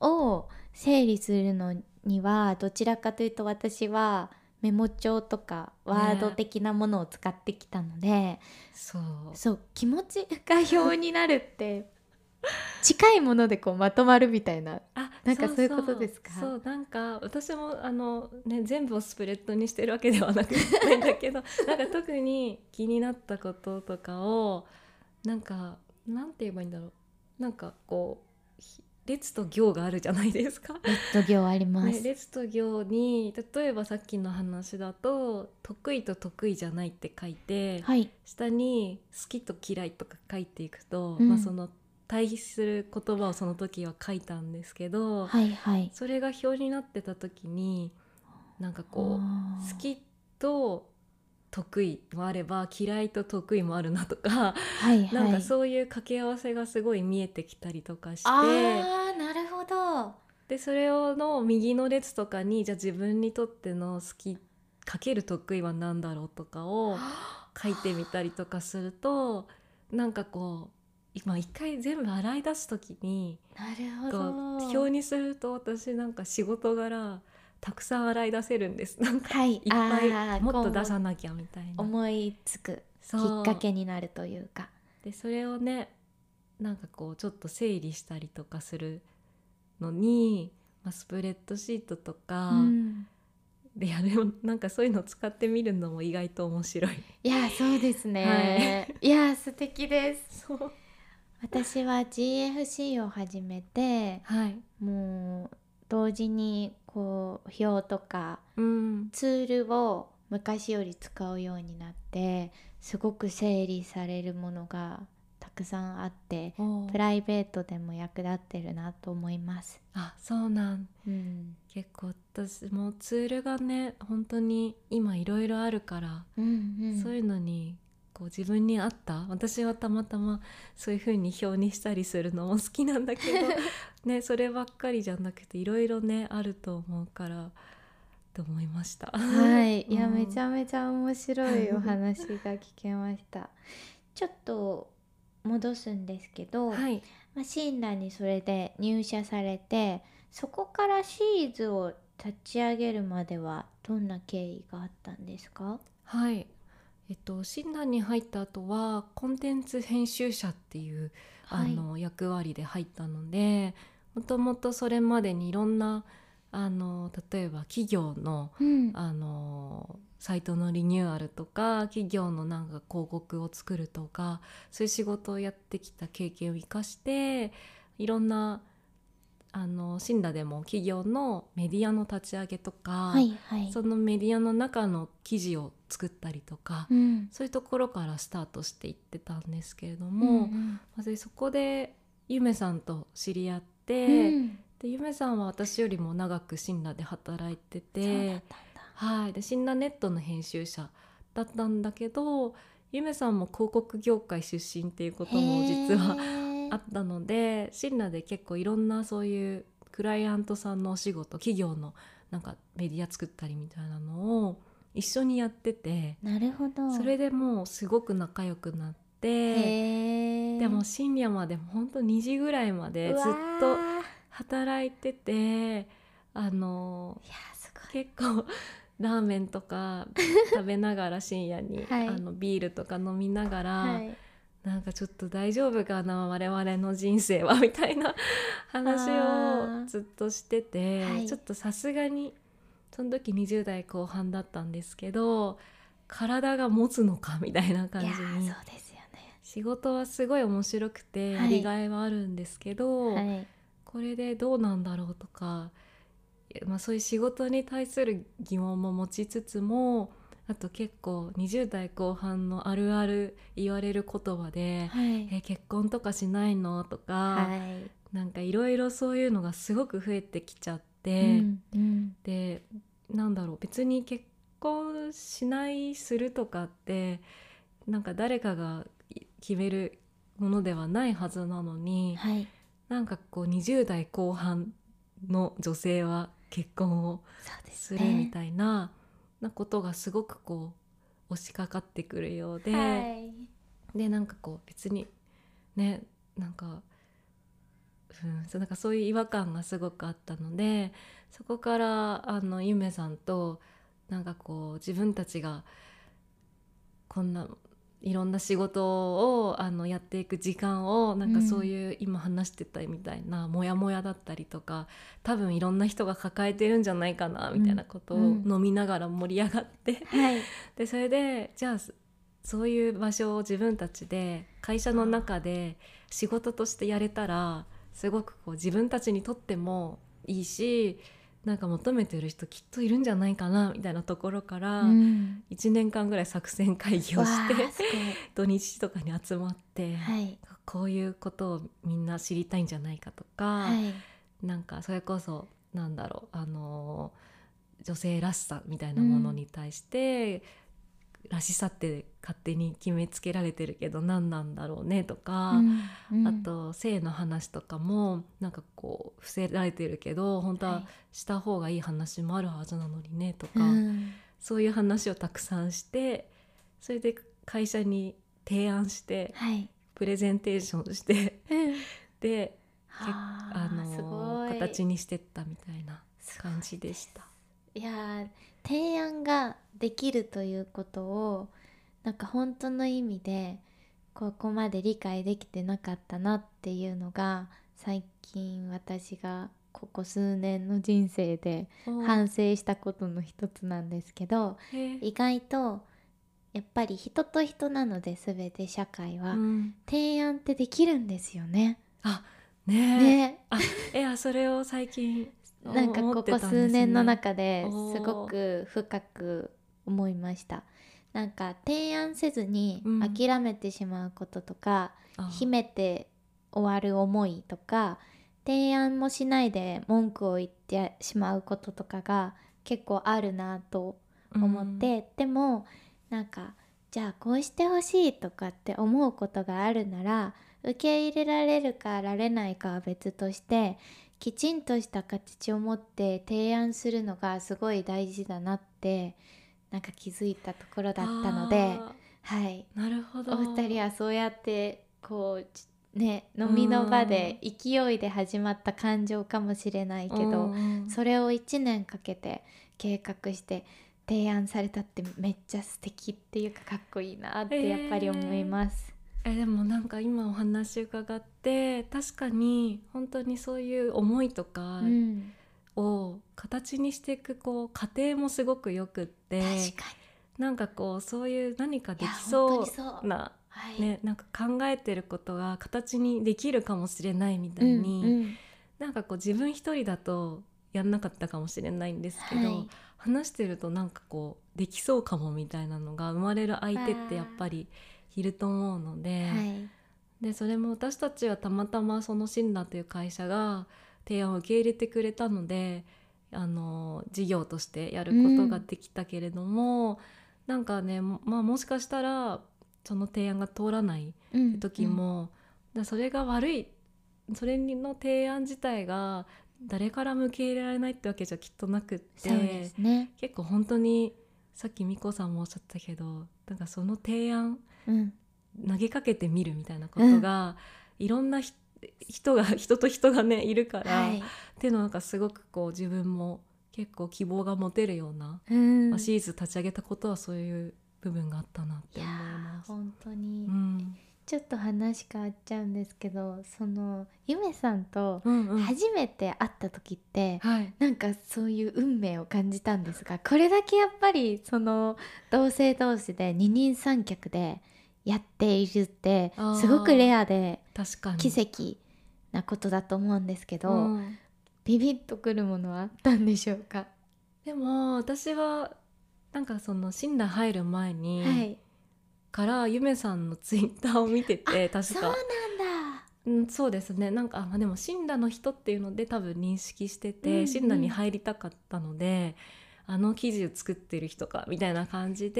A: を整理するのにはどちらかというと私はメモ帳とかワード的なものを使ってきたので、
B: そう
A: そう気持ちが表になるって近いものでこうまとまるみたいな
B: あ
A: なんかそういうことですか
B: そうなんか私もあの、ね、全部をスプレッドにしてるわけではなくないん だけどなんか特に気になったこととかをなんかなんて言えばいいんだろうなんかこうひ列と行があるじゃないですか。
A: 度行あります。
B: ね、列と行に例えばさっきの話だと得意と得意じゃないって書いて、
A: はい、
B: 下に好きと嫌いとか書いていくと、
A: うん
B: まあ、その対比する言葉をその時は書いたんですけど、
A: はいはい
B: それが表になってた時になんかこう好
A: 好
B: きと得意もあれば嫌いと得意もあるなとか、
A: はいはい
B: なんかそういう掛け合わせがすごい見えてきたりとかして
A: あーなるほど
B: でそれをの右の列とかにじゃあ自分にとっての好きかける得意は何だろうとかを書いてみたりとかするとなんかこう今一回全部洗い出す時に
A: なるほ
B: こ
A: ど
B: う表にすると私なんか仕事柄たくさん洗い出せるんですなんか
A: はい
B: いっぱ
A: あー
B: いもっと
A: 今後
B: 出さなきゃみたいな
A: 思いつくき
B: そう
A: っかけになるというか
B: でそれをねなんかこうちょっと整理したりとかするのに、まあ、スプレッドシートとか、
A: うん
B: でやるなんかそういうの使ってみるのも意外と面白い。
A: いやそうですね、い、や素敵です
B: そう
A: 私は GFC を始めて
B: はい。
A: もう同時にこう表とか
B: うん。
A: ツールを昔より使うようになってすごく整理されるものがたくさんあって
B: おー
A: プライベートでも役立ってるなと思います。
B: あそうなん。
A: うん
B: 結構私もツールがね本当に今いろいろあるから、
A: うんうん、
B: そういうのにこう自分に合った私はたまたまそういう風に表にしたりするのも好きなんだけど、 ね、そればっかりじゃなくていろいろねあると思うからと思いました。
A: はい、いや
B: うん
A: めちゃめちゃ面白いお話が聞けました。ちょっと戻すんですけど、
B: はい、
A: まあ、シンラにそれで入社されてそこからシーズを立ち上げるまではどんな経緯があったんですか
B: はいえっと、診断に入った後はコンテンツ編集者っていう、
A: はい
B: あの役割で入ったのでもともとそれまでにいろんなあの例えば企業の
A: うん
B: あのサイトのリニューアルとか企業のなんか広告を作るとかそういう仕事をやってきた経験を生かしていろんなあの信羅でも企業のメディアの立ち上げとか、
A: はいはい。
B: そのメディアの中の記事を作ったりとか、
A: うん、
B: そういうところからスタートしていってたんですけれど
A: うん
B: も、
A: うん
B: まずそこでゆめさんと知り合って、
A: うん
B: でゆめさんは私よりも長く信羅で働いて
A: そうだってたんだ。
B: はいで信羅ネットの編集者だったんだけどゆめさんも広告業界出身っていうことも実は
A: へー
B: あったので信羅で結構いろんなそういうクライアントさんのお仕事企業のなんかメディア作ったりみたいなのを一緒にやってて、
A: なるほど。
B: それでもうすごく仲良くなって
A: へー
B: でも深夜まで本当2時ぐらいまで
A: うわ
B: ずっ
A: ー
B: と
A: いや
B: 働いててあの
A: すごい。
B: 結構ラーメン とか食べながら深夜に、
A: はい
B: あのビールとか飲みながら、
A: はい
B: なんかちょっと大丈夫かな我々の人生はみたいな話
A: あー
B: をずっとしてて、
A: はい
B: ちょっとさすがにその時20代後半だったんですけど体が持つのかみたいない感
A: や
B: じ
A: ー
B: に
A: そうですよね
B: 仕事はすごい面白くて
A: はい
B: やりがいはあるんですけど、
A: はい
B: これでどうなんだろうとか、いやまあ、そういう仕事に対する疑問も持ちつつもあと結構20代後半のあるある言われる言葉で
A: はい
B: 「え結婚とかしないの?」とか、
A: はい
B: なんかいろいろそういうのがすごく増えてきちゃっ
A: う
B: て、
A: んうん
B: でなんだろう別に結婚しないするとかってなんか誰かが決めるものではないはずなのに。
A: はい
B: なんかこう20代後半の女性は結婚を
A: そうです
B: す
A: ね
B: るみたいな,、なことがすごくこう押しかかってくるようで、
A: はい
B: でなんかこう別にねなんか,、うん、そうなんかそういう違和感がすごくあったのでそこからあのゆめさんとなんかこう自分たちがこんないろんな仕事をあのやっていく時間をなんか
A: うん
B: そういう、今話してたみたいなモヤモヤだったりとか多分いろんな人が抱えてるんじゃないかなみたいなことを
A: うんうん
B: 飲みながら盛り上がって、
A: はい
B: でそれでじゃあそそういう場所を自分たちで会社の中で仕事としてやれたらすごくこう自分たちにとってもいいしなんか求めてる人きっといるんじゃないかなみたいなところから
A: うん
B: 1年間ぐらい作戦会議をして、
A: わあすごい
B: 土日とかに集まって、
A: はい
B: こういうことをみんな知りたいんじゃないかとか、
A: はい
B: なんかそれこそなんだろうあのー女性らしさみたいなものに対して、らしさって勝手に決めつけられてるけど何なんだろうねとか、
A: うんうん
B: あと性の話とかもなんかこう伏せられてるけど本当
A: は
B: はいした方がいい話もあるはずなのにねとか、
A: うん
B: そういう話をたくさんしてそれで会社に提案して
A: はい
B: プレゼンテーションしてで
A: は
B: あの
A: すごい
B: 形にしてったみたいな感じでした。
A: いやー提案ができるということをなんか本当の意味でここまで理解できてなかったなっていうのが最近私がここ数年の人生で反省したことの一つなんですけど
B: へー
A: 意外とやっぱり人と人なので全て社会は、
B: うん
A: 提案ってできるんですよね。
B: あねえ
A: ね
B: あいやそれを最近
A: なんか
B: 思
A: こ
B: ってた
A: こ
B: んです
A: 数年の
B: ね
A: 中です
B: おー
A: ごく深く思いましたなんか提案せずに
B: うん
A: 諦めてしまうこととか、
B: あ
A: 秘めて終わる思いとか提案もしないで文句を言ってしまうこととかが結構あるなと思って、でもなんかじゃあこうしてほしいとかって思うことがあるなら受け入れられるかられないかは別としてきちんとした形を持って提案するのがすごい大事だなってなんか気づいたところだったので、
B: あ
A: はい、
B: ーなるほど
A: お二人はそうやってこうちね飲みの場で勢いで始まった感情かもしれないけど、
B: うん
A: それを1年かけて計画して提案されたってめっちゃ素敵っていうかかっこいいなってやっぱり思います。
B: えでもなんか今お話伺って確かに本当にそういう思いとか
A: うん、
B: を形にしていくこう過程もすごくよくって
A: 確か
B: なんかこうそういう何か
A: にい
B: で
A: や
B: き
A: 本当に
B: そ
A: そう
B: う。な
A: はい
B: ね、なんか考えてることが形にできるかもしれないみた
A: う
B: い
A: ん
B: に、
A: うん
B: なんかこう自分一人だとやんなかったかもしれないんですけど、
A: はい
B: 話してるとなんかこうできそうかもみたいなのが生まれる相手ってやっぱりいると思うので,、
A: はい
B: でそれも私たちはたまたまそのシンラという会社が提案を受け入れてくれたのであの事業としてやることができたけれども、なんかね、まあ、もしかしたらその提案が通らない
A: うん
B: 時も、だそれが悪いそれの提案自体が誰からも受け入れられないってわけじゃきっとなくっ
A: うんそうで
B: て
A: すね、
B: 結構本当にさっき美子さんもおっしゃったけどなんかその提案
A: うん、
B: 投げかけてみるみたいなことが、いろんなひ人が人と人がねいるから、
A: は
B: っ
A: い、
B: ていうのはなんかすごくこう自分も結構希望が持てるような、
A: うん、
B: まあシリーズ立ち上げたことはそういう部分があったなっ
A: い
B: て
A: や
B: 思いま
A: ー
B: す。
A: 本当に、
B: うん
A: ちょっと話変わっちゃうんですけどそのゆめさんと
B: うんうん
A: 初めて会った時って、
B: はい
A: なんかそういう運命を感じたんですがこれだけやっぱりその同性同士で二人三脚でやっているって
B: あー
A: すごくレアで
B: 確かに
A: 奇跡なことだと思うんですけど、
B: うん
A: ビビッとくるものはあったんでしょうか、
B: でも私はなんかその診断入る前に、
A: はい
B: からゆめさんのツイッターを見てて確
A: そうなん
B: か
A: だ
B: うん、そうですねなんかあまあでも信羅の人っていうので多分認識して
A: うんうん
B: て信羅、に入りたかったのであの記事を作ってる人かみたいな感じ
A: な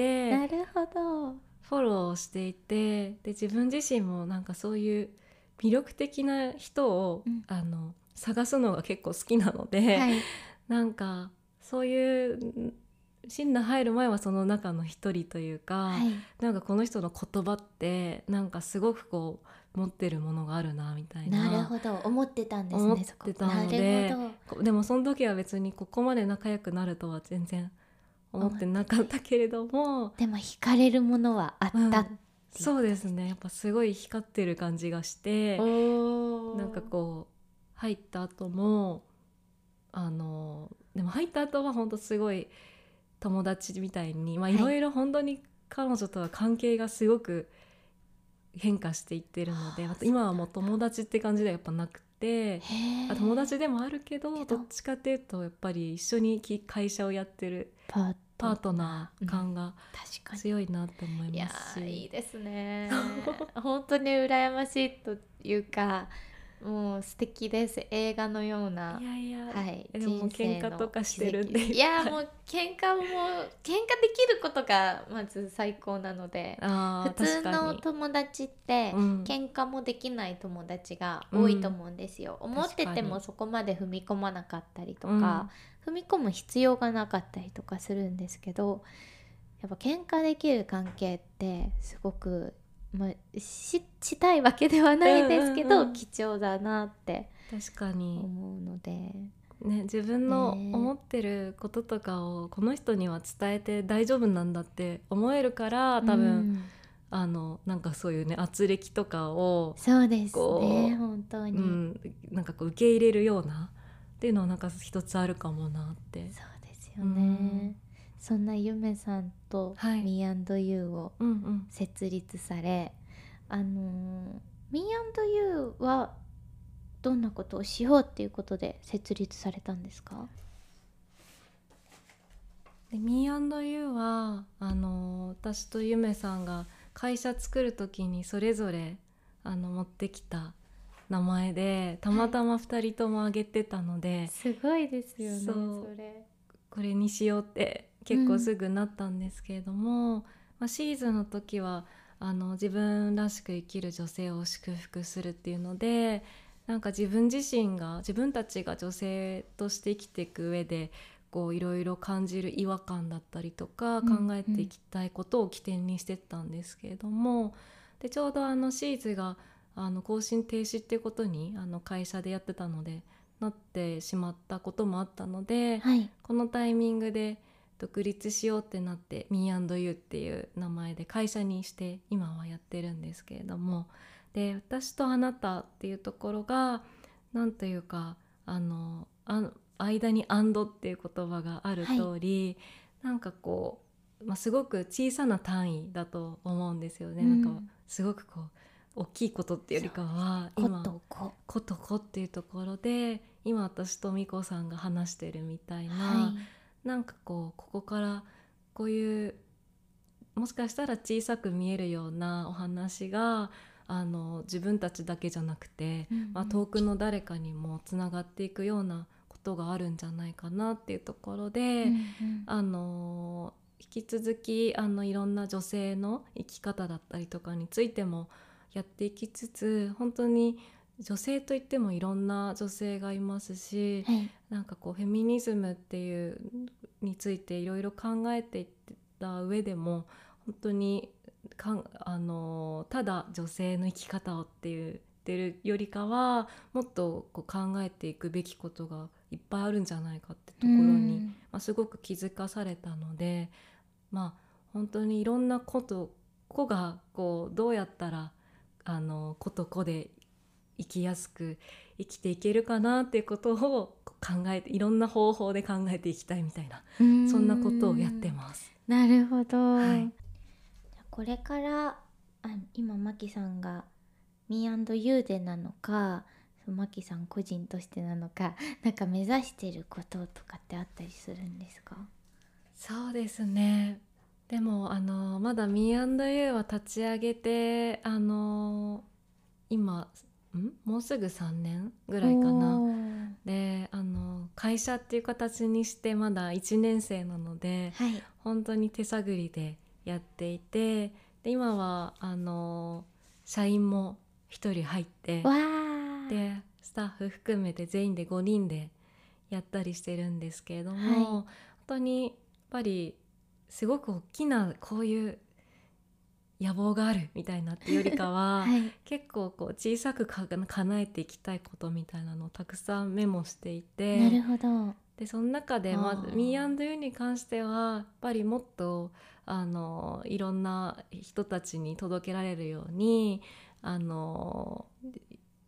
B: で
A: るほど
B: フォローしていてで自分自身もなんかそういう魅力的な人を、
A: うん
B: あの探すのが結構好きなので、
A: はい
B: なんかそういう信羅入る前はその中の一人というか。
A: はい
B: なんかこの人の言葉ってなんかすごくこう持ってるものがあるなみたいな
A: なるほど思ってたんですね
B: 思ってたので
A: そこなるほど
B: こでもその時は別にここまで仲良くなるとは全然思ってなかったけれど も、
A: でも惹かれるものはあっ
B: うん
A: た、
B: そうですねやっぱすごい光ってる感じがして
A: お
B: なんかこう入った後もあのでも入った後は本当すごい友達みたいにま
A: は
B: あ
A: い
B: いろいろ本当に彼女とは関係がすごく変化していってるので、
A: あー
B: あと今はもう友達って感じではやっぱなくて。
A: へー
B: あ友達でもあるけど
A: けど
B: どっちかっていうとやっぱり一緒にき会社をやってる
A: パート
B: パートナー感が
A: 確かに
B: 強いなって思い
A: いや
B: ますし、
A: ーいいですね本当に羨ましいというかもう素敵です映画のようない
B: やいや、
A: はい
B: でも
A: 人生の
B: 喧嘩とかしてるんで
A: 奇跡いやー
B: はい
A: もう喧嘩も喧嘩できることがまず最高なので
B: あ
A: 普
B: ー
A: 通
B: 確か
A: の
B: に
A: 友達って
B: うん
A: 喧嘩もできない友達が多いと思うんですよ、思ってて
B: 確か
A: も
B: に
A: そこまで踏み込まなかったりとか、踏み込む必要がなかったりとかするんですけどやっぱ喧嘩できる関係ってすごく、まあ、ししたいわけではないですけど、
B: うんうんうん
A: 貴重だなって
B: 確かに、
A: 思うので、
B: ね、自分の
A: ね
B: 思ってることとかをこの人には伝えて大丈夫なんだって思えるから多分、
A: うん
B: あのなんかそういうね圧力とかを、
A: そうです
B: こ
A: ね
B: う
A: 本当
B: う
A: に、
B: ん、なんかこう受け入れるようなっていうのはなんか一つあるかもなって。
A: そうですよね、
B: うん
A: そんなゆめさんと
B: はい
A: Me&You を
B: うんうん、
A: 設立されあのー、Me&You はどんなことをしようっていうことで設立されたんですか
B: で Me&You はあの私とゆめさんが会社作る時にそれぞれあの持ってきた名前でたまたま2人とも挙げてたので、
A: すごいです
B: よねそ
A: れ
B: これにしようって結構すぐなったんですけれども、まあ、シーズンの時はあの自分らしく生きる女性を祝福するっていうのでなんか自分自身が自分たちが女性として生きていく上でこういろいろ感じる違和感だったりとか
A: う
B: 考
A: ん
B: えていきたいことを起点にしてったんですけれども、でちょうどあのシーズがあの更新停止っていうことにあの会社でやってたのでなってしまったこともあったので、
A: はい
B: このタイミングで独立しようってなって Me&You っていう名前で会社にして今はやってるんですけれどもで私とあなたっていうところがなんというかあのあ間に「&」っていう言葉がある通り、なんかこう、まあ、すごく小さな単位だと思うんですよね。
A: うん
B: なんかすごくこう大きいことっていうよりかは
A: ことこ
B: ことこっていうところで今私と美子さんが話してるみたいな、
A: は
B: なんかこうここからこういうもしかしたら小さく見えるようなお話があの自分たちだけじゃなくて、
A: い、うん
B: まあ、遠くの誰かにもつながっていくようなことがあるんじゃないかなっていうところで、
A: うんうん
B: あの引き続きあのいろんな女性の生き方だったりとかについてもやっていきつつ本当に女性といってもいろんな女性がいますし、
A: はい
B: なんかこうフェミニズムっていうについていろいろ考えていった上でも本当にかんあのただ女性の生き方をって言ってるよりかはもっとこう考えていくべきことがいっぱいあるんじゃないかってところに
A: うん
B: まあ、すごく気づかされたので、まあ、本当にいろんなこと子がこうどうやったらあの子と子で生きやすく生きていけるかなっていうことを考えていろんな方法で考えていきたいみたいな
C: そ
B: そんなことをやって
C: す。
B: ます。
C: なるほど。
B: はい
A: これからあ今マキさんが Me&You でなのかそのマキさん個人としてなのか なんか目指してることとかってあったりするんですか
B: そうですねでもあのまだ Me&You は立ち上げてあの今んもうすぐ3年ぐ
A: ぐ
B: らいかな。であの会社っていう形にしてまだ1年生なので
A: はい
B: 本当に手探りでやっていてで今はあの社員も1人入って
A: わー
B: でスタッフ含めて全員で5人でやったりしてるんですけれども、
A: は
B: 本当にやっぱりすごく大きなこういう野望があるみたいなってよりかは、
A: はい
B: 結構こう小さくか叶えていきたいことみたいなのをたくさんメモしていて
A: なるほど
B: でその中でま
A: あ
B: ず「
A: ー
B: Me&You」に関してはやっぱりもっとあのいろんな人たちに届けられるようにあの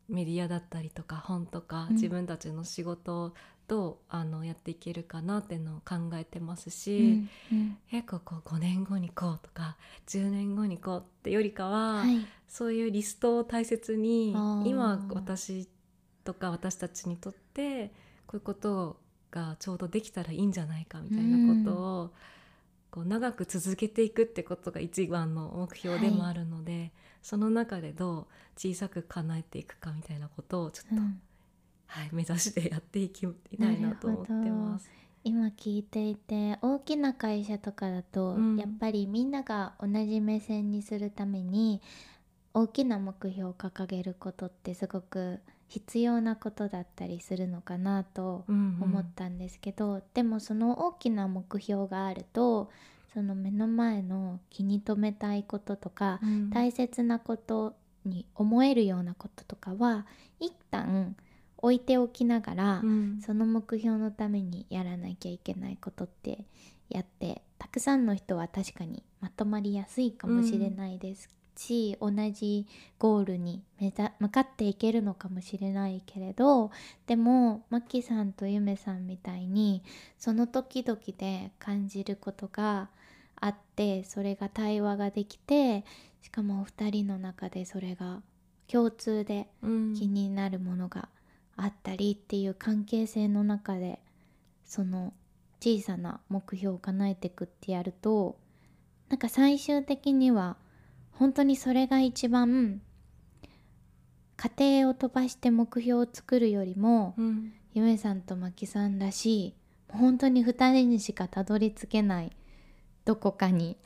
B: メディアだったりとか本とか
A: うん
B: 自分たちの仕事をどう、あのやっていけるかなっていうのを考えてますし、
A: うんうん
B: 結構こう5年後にこうとか10年後にこうってよりかは、
A: はい
B: そういうリストを大切に
A: あー
B: 今私とか私たちにとってこういうことがちょうどできたらいいんじゃないかみたいなことを、こう長く続けていくってことが一番の目標でもあるので、その中でどう小さく叶えていくかみたいなことをちょっ
A: う
B: と、
A: ん
B: はい、目指してやっていきたいなと思ってます。
A: 今聞いていて大きな会社とかだと、
B: うん
A: やっぱりみんなが同じ目線にするために大きな目標を掲げることってすごく必要なことだったりするのかなと
B: うんうん
A: 思ったんですけど、でもその大きな目標があるとその目の前の気に留めたいこととか、
B: うん
A: 大切なことに思えるようなこととかは一旦置いておきながら、
B: うん
A: その目標のためにやらなきゃいけないことってやってたくさんの人は確かにまとまりやすいかもしれないですし、同じゴールに目ざ向かっていけるのかもしれないけれどでもマキさんとゆめさんみたいにその時々で感じることがあってそれが対話ができてしかもお二人の中でそれが共通で
B: うん
A: 気になるものがあったりっていう関係性の中でその小さな目標を叶えていくってやるとなんか最終的には本当にそれが一番家庭を飛ばして目標を作るよりも、
B: うん
A: ゆめさんとまきさんらしい本当に2人にしかたどり着けないどこか に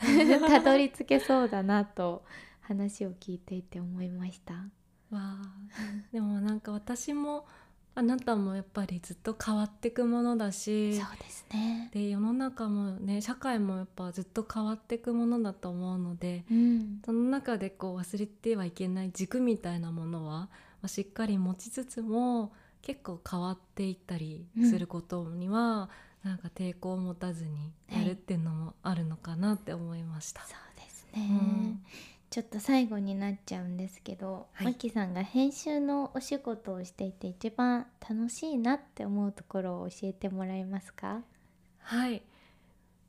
A: たどり着けそうだなと話を聞いていて思いました。
B: わあでもなんか私もあなたもやっぱりずっと変わっていくものだし
A: そうですね
B: で世の中もね社会もやっぱずっと変わっていくものだと思うので
A: うん、
B: その中でこう忘れてはいけない軸みたいなものは、まあ、しっかり持ちつつも結構変わっていったりすることには、なんか抵抗を持たずにやるっていうのもあるのかなって思いました。
A: そうですね、
B: うん
A: ちょっと最後になっちゃうんですけど、
B: は
A: マ
B: い
A: キさんが編集のお仕事をしていて一番楽しいなって思うところを教えてもらえますか
B: はい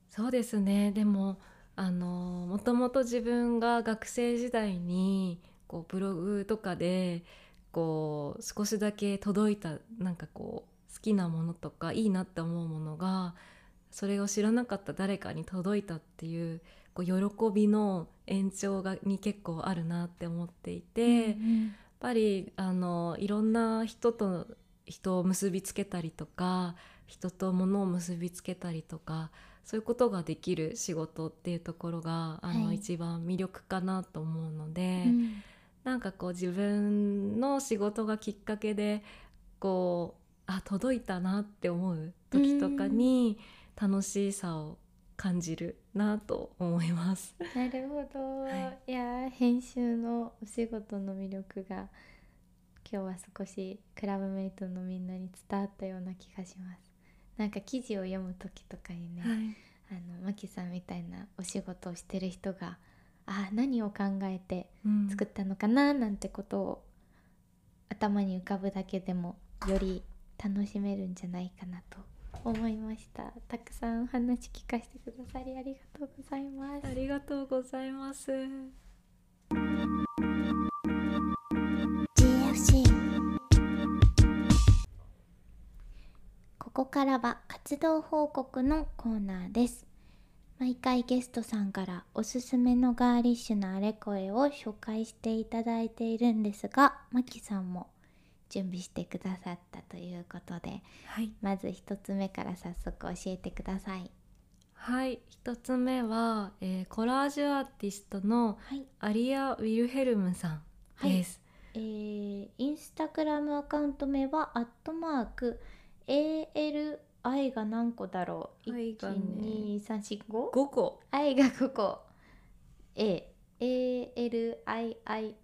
B: そうですねでもあのもともと自分が学生時代にこうブログとかでこう少しだけ届いたなんかこう好きなものとかいいなって思うものがそれを知らなかった誰かに届いたっていうこう喜びの延長がに結構あるなって思っていて。
A: うん
B: やっぱりあのいろんな人と人を結びつけたりとか人と物を結びつけたりとかそういうことができる仕事っていうところがあの、
A: はい
B: 一番魅力かなと思うので、
A: うん
B: なんかこう自分の仕事がきっかけでこうあ届いたなって思う時とかに楽しさを感じるなと思います。
A: なるほど、、
B: はい
A: やー編集のお仕事の魅力が今日は少しクラブメイトのみんなに伝わったような気がしますなんか記事を読む時とかにね、
B: い、
A: あのマキさんみたいなお仕事をしてる人があ何を考えて
B: うん
A: 作ったのかななんてことを頭に浮かぶだけでもより楽しめるんじゃないかなと思いましたたくさんお話聞かせてくださりありがとうございます
B: ありがとうございます。
A: GFC ここからは活動報告のコーナーです毎回ゲストさんからおすすめのガーリッシュなあれこれを紹介していただいているんですがまきさんも準備してくださったということで
B: はい。
A: まず一つ目から早速教えてください
B: はい、一つ目は、えーコラージュアーティストの
A: はい、
B: アリア・ウィルヘルムさんです。
A: えー、インスタグラムアカウント名はアットマーク ALI が何個だろう
B: 愛がね
A: 12345
B: 五個。
A: I が5個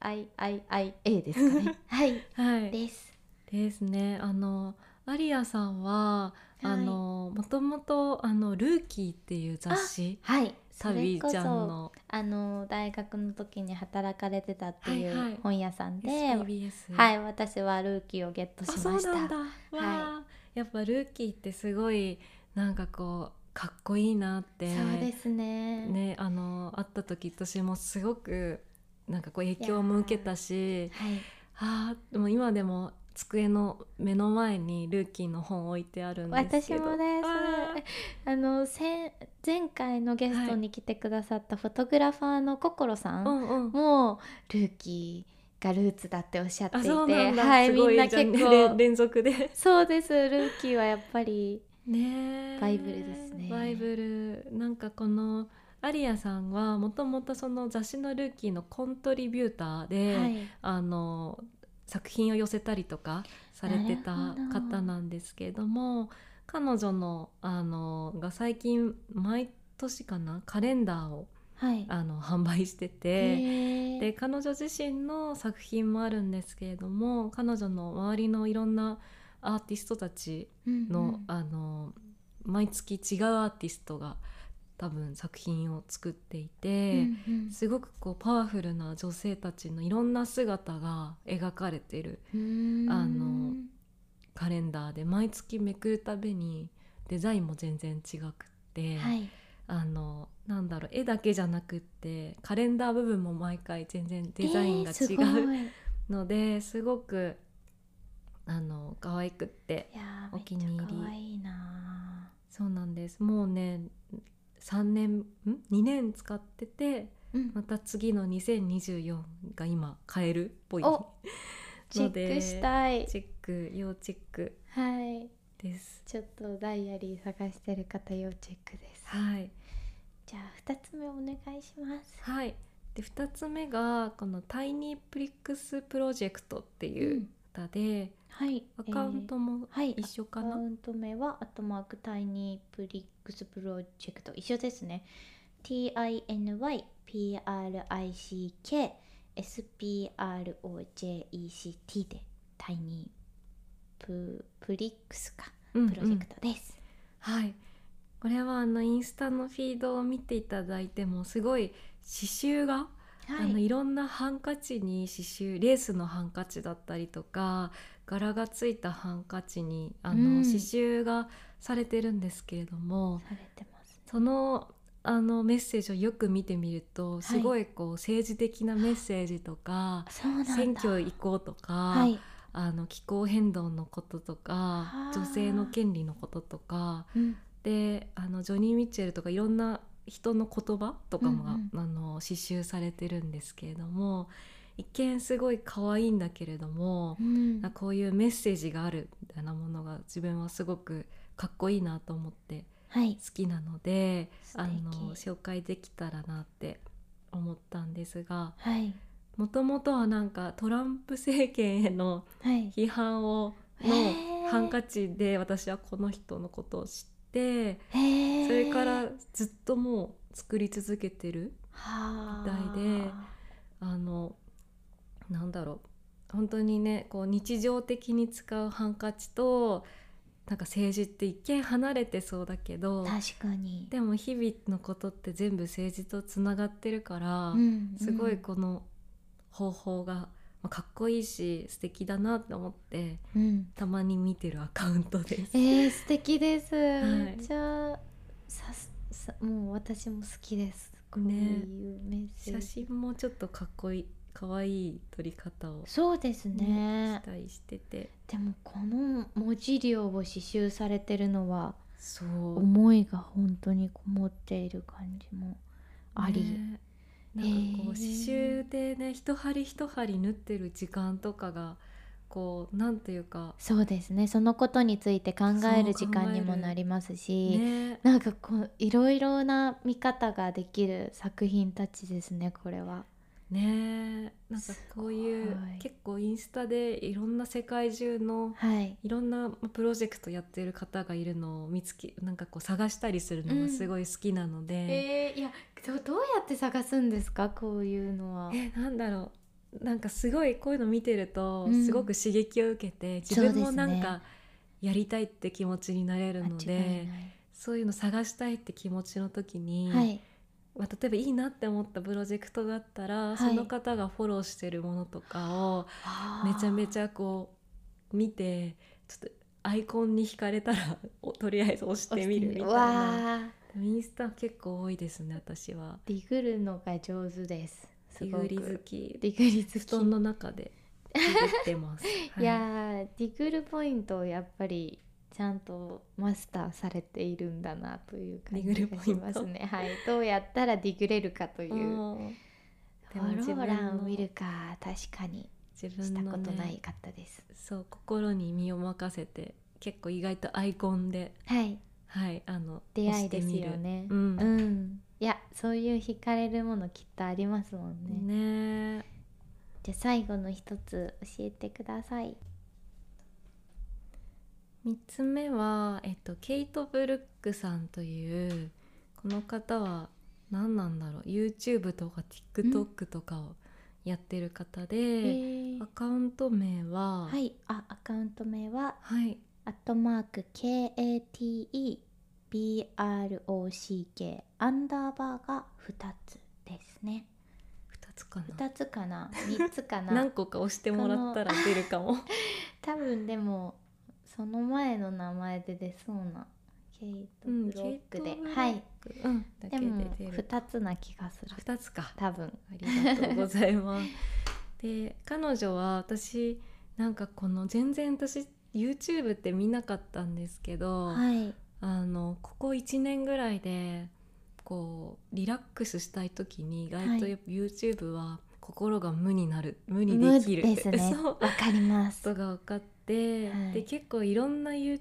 A: AALIIIIA です かねはい
B: はい。
A: です
B: ですね。あのアリアさんは、あのもともとあのルーキーっていう雑誌、
A: はい
B: サ
A: それ
B: ビ
A: こ
B: ちゃん
A: そ
B: の
A: あの大学の時に働かれてたってい
B: はいは
A: う
B: い
A: 本屋さんで、
B: SPBS。
A: はい、私はルーキーをゲット
B: あ
A: し
B: そう
A: まし
B: なん
A: た。
B: だ。わあ、やっぱルーキーってすごいなんかこうかっこいいなって。
A: そうですね。
B: ねあの会った時私もすごくなんかこう影響も受けたし
A: はい。
B: あーでも今でも机の目の前にルーキーの本置いてあるんです
A: 私
B: けど
A: もです
B: あー。
A: あの先前回のゲストに来てくださったフォトグラファーの心さん、
B: うんうん
A: もルーキーがルーツだっておっしゃってい
B: あ
A: て、
B: そうなんだ、
A: はい、
B: す
A: み
B: ご
A: ん
B: い
A: な
B: じゃ
A: 結
B: ん
A: 構
B: れ連続で
A: そうです。ルーキーはやっぱり
B: ねえ
A: バイブルですね
B: バイブルなんかこのアリアさんはもともとその雑誌のルーキーのコントリビューターで、
A: はい。
B: あの作品を寄せたりとかされて
A: な
B: た
A: るほど
B: 方なんですけれども彼女のあのが最近毎年かなカレンダーを
A: はい。
B: あの販売してて。
A: へ
B: で
A: え
B: 彼女自身の作品もあるんですけれども彼女の周りのいろんなアーティストたち
A: うんうん
B: の,、あの毎月違うアーティストが多分作品を作っていて、
A: うん
B: すごくこうパワフルな女性たちのいろんな姿が描かれている
A: うん
B: あ
A: う
B: の
A: ん
B: カレンダーで毎月めくるたびにデザインも全然違くって、
A: はい。
B: あのなんだろう絵だけじゃなくってカレンダー部分も毎回全然デザインが
A: えーす
B: 違
A: ご
B: う
A: いい
B: のです,、ごくあの可愛くって
A: やー
B: お気に入り
A: めっちゃ可愛いな
B: そうなんですもうね3年ん2年使ってて
A: ー。うん
B: また次の2024が今買えるっぽい
A: おチェ
B: の
A: ッ
B: で
A: クしたい
B: チェック要チェック
A: はい
B: です
A: ちょっとダイアリー探してる方要チェックです
B: はい
A: じゃあ2つ目お願いします
B: はいで2つ目がこの「タイニープリックスプロジェクト」っていううん歌で、
A: はい
B: アカウント
A: えー
B: も
A: はい
B: 一緒か
A: ア
B: な、
A: カウント名はアットマークタイニープリックスプロジェクト一緒ですね TINYPRICKSPROJECT でタイニーププリックスか
B: うんうん
A: プロジェクトです、
B: はいこれはあのインスタのフィードを見ていただいてもすごい刺繍があの
A: はい
B: いろんなハンカチに刺繍レースのハンカチだったりとか柄がついたハンカチにあの、
A: うん
B: 刺繍がされてるんですけれども
A: されてますね
B: そのあのメッセージをよく見てみるとすごいこう政治的なメッセージとか、
A: そうなんだ
B: 選挙行こうとか、
A: はい
B: あの気候変動のこととか
A: あー
B: 女性の権利のこととか
A: うん
B: であのジョニー・ミッチェルとかいろんな人の言葉とかもが、
A: うん
B: あの刺繍されてるんですけれども一見すごい可愛いんだけれども、
A: うん
B: あこういうメッセージがあるみたいなものが自分はすごくかっこいいなと思って
A: はい
B: 好きなので
A: 素敵
B: あの紹介できたらなって思ったんですが
A: はい
B: もともとはなんかトランプ政権への
A: はい
B: 批判を
A: へ
B: の
A: ー
B: ハンカチで私はこの人のことを知って。
A: へー
B: それからずっともう作り続けてる
A: は
B: みたいであのなんだろう本当にねこう日常的に使うハンカチとなんか政治って一見離れてそうだけど
A: 確かに
B: でも日々のことって全部政治とつながってるから、
A: うん
B: すご
A: う
B: い
A: ん
B: この方法が、まあかっこいいし素敵だなって思って
A: うん
B: たまに見てるアカウントです。
A: えー、素敵です、
B: い
A: めっちゃさすさもう私も好きですこういうメッセー
B: 写
A: ジ、
B: 真もちょっとかっこいい可愛い撮り方を、
A: そうですね
B: 期待してて
A: でもこの文字量を刺繍されてるのは
B: そう
A: 思いが本当にこもっている感じもあり、
B: ねなんかこう
A: へ
B: 刺
A: ー
B: 繍でね一針一針縫ってる時間とかがこうなんていうか
A: そうですねそのことについて考える
B: そ
A: 時
B: う
A: 間に
B: 考
A: も
B: える
A: なりますし、
B: ね
A: なんかこういろいろな見方ができる作品たちですねこれは。
B: ねなんかこういう
A: すごい
B: 結構インスタでいろんな世界中の
A: はい、
B: いろんなプロジェクトやってる方がいるのを見つけなんかこう探したりするのがすごい好きなので、
A: えー、いやどどうやって探すんですかこういうのは。
B: えなんだろうなんかすごいこういうの見てると
A: うん
B: すごく刺激を受けて、自分もなんかやりたいって気持ちになれるので
A: 間違いない
B: そういうの探したいって気持ちの時に、
A: はい、
B: まあ、例えばいいなって思ったプロジェクトがあったら、
A: い
B: その方がフォローしてるものとかをめちゃめち
A: ゃ
B: ゃこう見てちょっとアイコンに惹かれたら おとりあえず押してみるみたいな
A: わあ
B: インスタ結構多いですね私は。
A: ディグるのが上手です。す
B: ディ
A: ご
B: グ
A: く
B: リ好き
A: ディグリ好き
B: 布団の中でディグっ てます。はい
A: やーディグルポイントをやっぱりちゃんとマスターされているんだなという感
B: ディ
A: じ
B: グル
A: が
B: ポイ
A: し
B: ント
A: ますね。はい、どうやったらディグれるかという。フ
B: もうでも
A: ォロ
B: 自
A: ー
B: 分
A: ランを
B: の
A: 見るか確かに
B: 自
A: し
B: 分
A: た
B: の、ね、
A: ことないかったです。
B: そう心に身を任せて結構意外とアイコンで
A: はい
B: はいあの
A: 出
B: 押
A: 会
B: し
A: い
B: て
A: です
B: み
A: よ
B: る
A: ね。
B: うん
A: うんいやそういう惹かれるものきっとありますもんね。
B: ね
A: じゃあ最後の一つ教えてください。
B: 3つ目は、えっと、ケイト・ブルックさんというこの方は何なんだろう YouTube とか TikTok とかをやってる方
A: え
B: で、アカウント名は、
A: は、いあアカウント名は
B: はい
A: アットマーク KATEBROCK アンダーバーが2つですね
B: 2つかな
A: 2つかな3つか な
B: 何個か押してもらったら出るかも
A: 多分でもその前の名前で出そうなケイト
B: うん
A: ブロックで、
B: ケイトブロック
A: はい
B: うんだ
A: で
B: けで
A: も
B: 出る
A: 2つな気がする
B: あ2つか
A: 多分
B: ありがとうござい ます。で彼女は私なんかこの全然私 YouTube って見なかったんですけど、
A: はい
B: あのここ1年ぐらいでこうリラックスしたい時に意外と
A: はい
B: YouTube は心が無になる無に
A: 無
B: できる
A: ですね
B: そう
A: わかりま
B: こ
A: す
B: とが分かって、
A: はい
B: で結構いろんなユ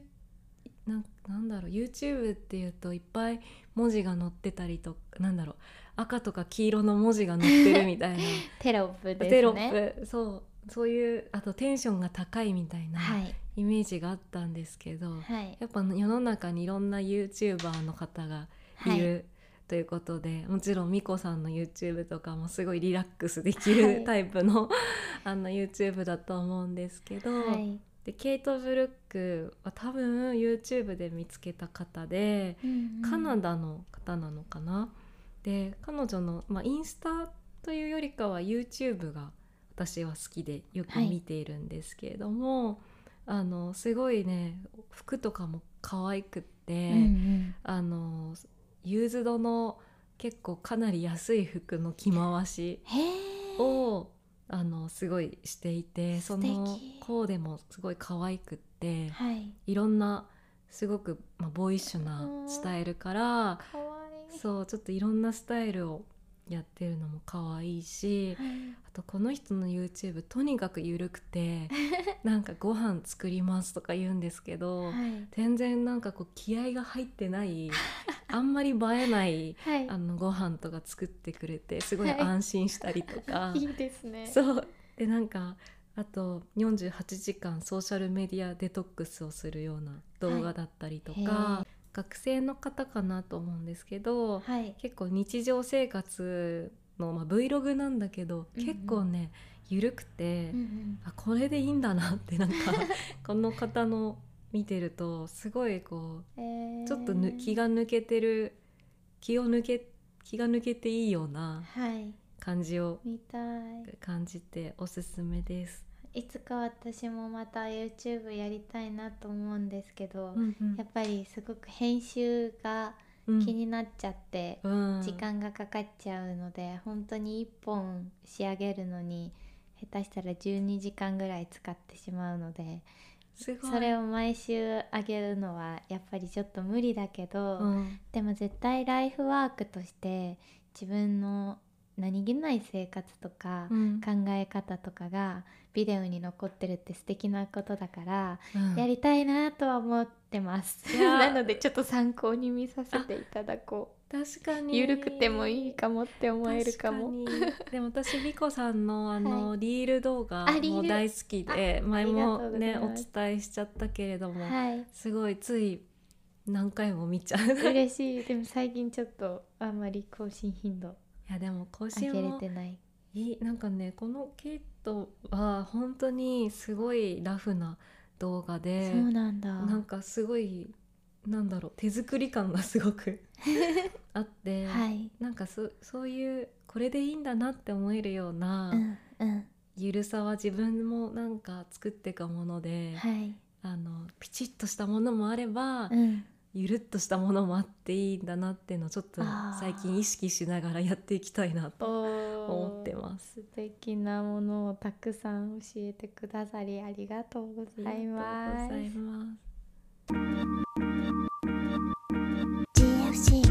B: なんなんだろう YouTube っていうといっぱい文字が載ってたりとなんだろう赤とか黄色の文字が載ってるみ たいな。
A: テロップですね
B: テロップそうそういうあとテンションが高いみたいな
A: はい
B: イメージがあったんですけど、
A: はい
B: やっぱ世の中にいろんな YouTuber の方が
A: はいい
B: る、ということでもちろんミコさんの YouTube とかもすごいリラックスできるタイプの,、 あの YouTube だと思うんですけど、
A: はい
B: でケイト・ブルックは多分 YouTube で見つけた方で、
A: うんうん
B: カナダの方なのかな、で彼女の、まあ、インスタというよりかは YouTube が私は好きでよく
A: はい
B: 見ているんですけれども、あのすごいね服とかも可愛くって、
A: うん
B: あのユーズドの結構かなり安い服の着回し
A: うん、へえ
B: をあのすごいしていてその
A: 素敵
B: コーデもすごい可愛くって
A: はい
B: いろんなすごく、まあ、ボーイッシュなスタイルから
A: かわいい
B: そうちょっといろんなスタイルをやってるのも可愛いし
A: はい
B: あとこの人の YouTube とにかく緩くて なんかご飯作りますとか言うんですけど、
A: はい
B: 全然なんかこう気合が入ってないあんまり映えない
A: はい
B: あのご飯とか作ってくれてすごい
A: はい
B: 安心したり とか、
A: いいですね
B: そうでなんかあと48時間ソーシャルメディアデトックスをするような動画だったりとか、
A: はいへ
B: 学生の方かなと思うんですけど、
A: はい
B: 結構日常生活の、まあ、Vlog なんだけど、
A: うんうん
B: 結構ね緩くて、
A: うんうん
B: あこれでいいんだなってなんかこの方の見てるとすごいこ
A: えー
B: うちょっとぬ気が抜けてる気を抜け気が抜けていいような
A: はい
B: 感じを
A: 見たい
B: 感じておすすめです。
A: いつか私もまた YouTube やりたいなと思うんですけど、
B: うんうん
A: やっぱりすごく編集が
B: うん
A: 気になっちゃって、
B: うん
A: 時間がかかっちゃうので本当に1本仕上げるのに下手したら12時間ぐらい使ってしまうのです
B: ごい
A: それを毎週あげるのはやっぱりちょっと無理だけど、
B: うん
A: でも絶対ライフワークとして自分の何気ない生活とか、
B: うん
A: 考え方とかがビデオに残ってるって素敵なことだから、
B: うん
A: やりたいなとは思ってます
B: いや
A: なのでちょっと参考に見させていただこ
B: 確か
A: う
B: に
A: 緩くてもいいかもって思えるかも
B: 確かにでも私美子さんのあの、リール動画
A: あリール
B: もう大好きで前も
A: あり
B: ね
A: がとう
B: お
A: ございます
B: 伝えしちゃったけれども、
A: はい
B: すごいつい何回も見ちゃうい
A: 嬉しいでも最近ちょっとあんまり更新頻度
B: やでも更
A: 上
B: 新
A: げれ
B: も
A: てない
B: いいなんかねこのケイトは本当にすごいラフな動画で
A: そうなんだ
B: なんかすごいなんだろう手作り感がすご くあって、
A: はい
B: なんかそそういうこれでいいんだなって思えるような、
A: うんうん
B: ゆるさは自分もなんか作っていくもので、
A: はい
B: あのピチッとしたものもあれば、
A: うん
B: ゆるっとしたものもあっていいんだなっていうのをちょっと
A: あー
B: 最近意識しながらやっていきたいなと思
A: 思
B: ってます。
A: 素敵なものをたくさん教えてくださりありがとうござい
B: あ
A: ま
B: りがとうござい
A: す。
B: ます。
C: GFC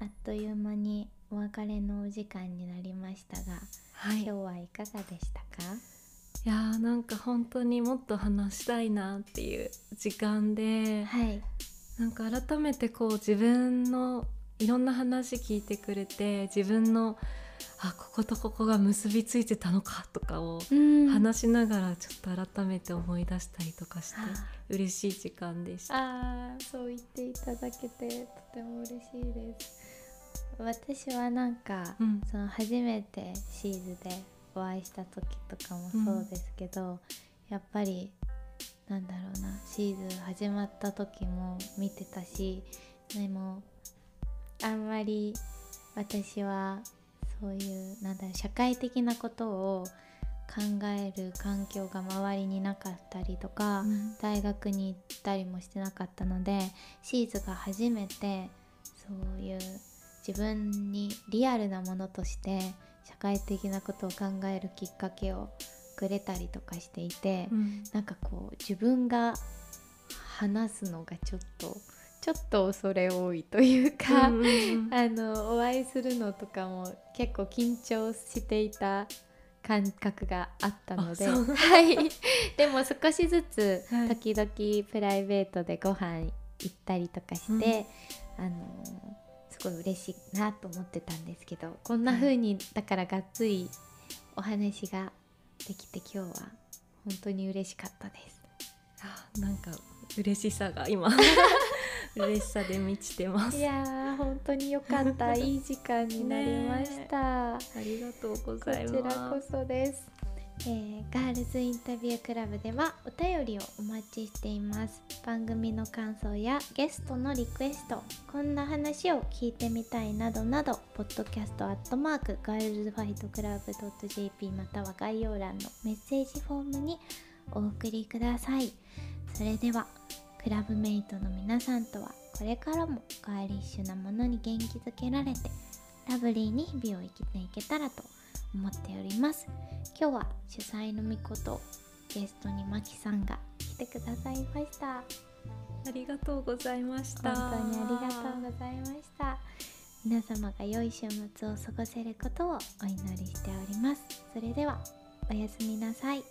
A: あっという間にお別れのお時間になりましたが、
B: はい。い
A: 今日はいかがでしたか？
B: やーなんか本当にもっと話したいなっていう時間で、
A: はい、
B: なんか改めてこう自分のいろんな話聞いてくれて自分のあこことここが結びついてたのかとかを
A: うん
B: 話しながらちょっと改めて思い出したりとかして
A: あ
B: 嬉しい時間でした。
A: あーそう言っていただけてとても嬉しいです。私はなんか、
B: うん
A: その初めてシーズでお会いした時とかもそうですけど、やっぱりなんだろうなシーズ始まった時も見てたしでもあんまり私はそういうなんだろう社会的なことを考える環境が周りになかったりとか、
B: うん
A: 大学に行ったりもしてなかったのでシーズが初めてそういう自分にリアルなものとして社会的なことを考えるきっかけをくれたりとかしていて、
B: うん
A: なんかこう自分が話すのがちょっとちょっと恐れ多いというか、
B: うんうん
A: あのお会いするのとかも結構緊張していた感覚があったので、
B: あそう
A: はい、でも少しずつ
B: はい
A: 時々プライベートでご飯行ったりとかして、あのすごい嬉しいなと思ってたんですけどこんな風にだからがっつりお話ができて今日は本当に嬉しかったです。
B: あなんか嬉しさ が今嬉しさで満ちてます
A: い。やー本当に良か ったいい時間になりました。
B: ありがとうご
A: こ
B: ざい
A: ちら
B: ま
A: こ
B: す。
A: そです、えーガールズインタビュークラブではお便りをお待ちしています番組の感想やゲストのリクエストこんな話を聞いてみたいなどなどポッドキャストアットマークガールズファイトクラブ .jp または概要欄のメッセージフォームにお送りくださいそれではクラブメイトの皆さんとはこれからもガーリッシュなものに元気づけられてラブリーに日々を生きていけたらと思っております今日は主催のみことゲストにまきさんが来てくださいました
B: ありがとうございました。
A: 本当にありがとうございました皆様が良い週末を過ごせることをお祈りしておりますそれではおやすみなさい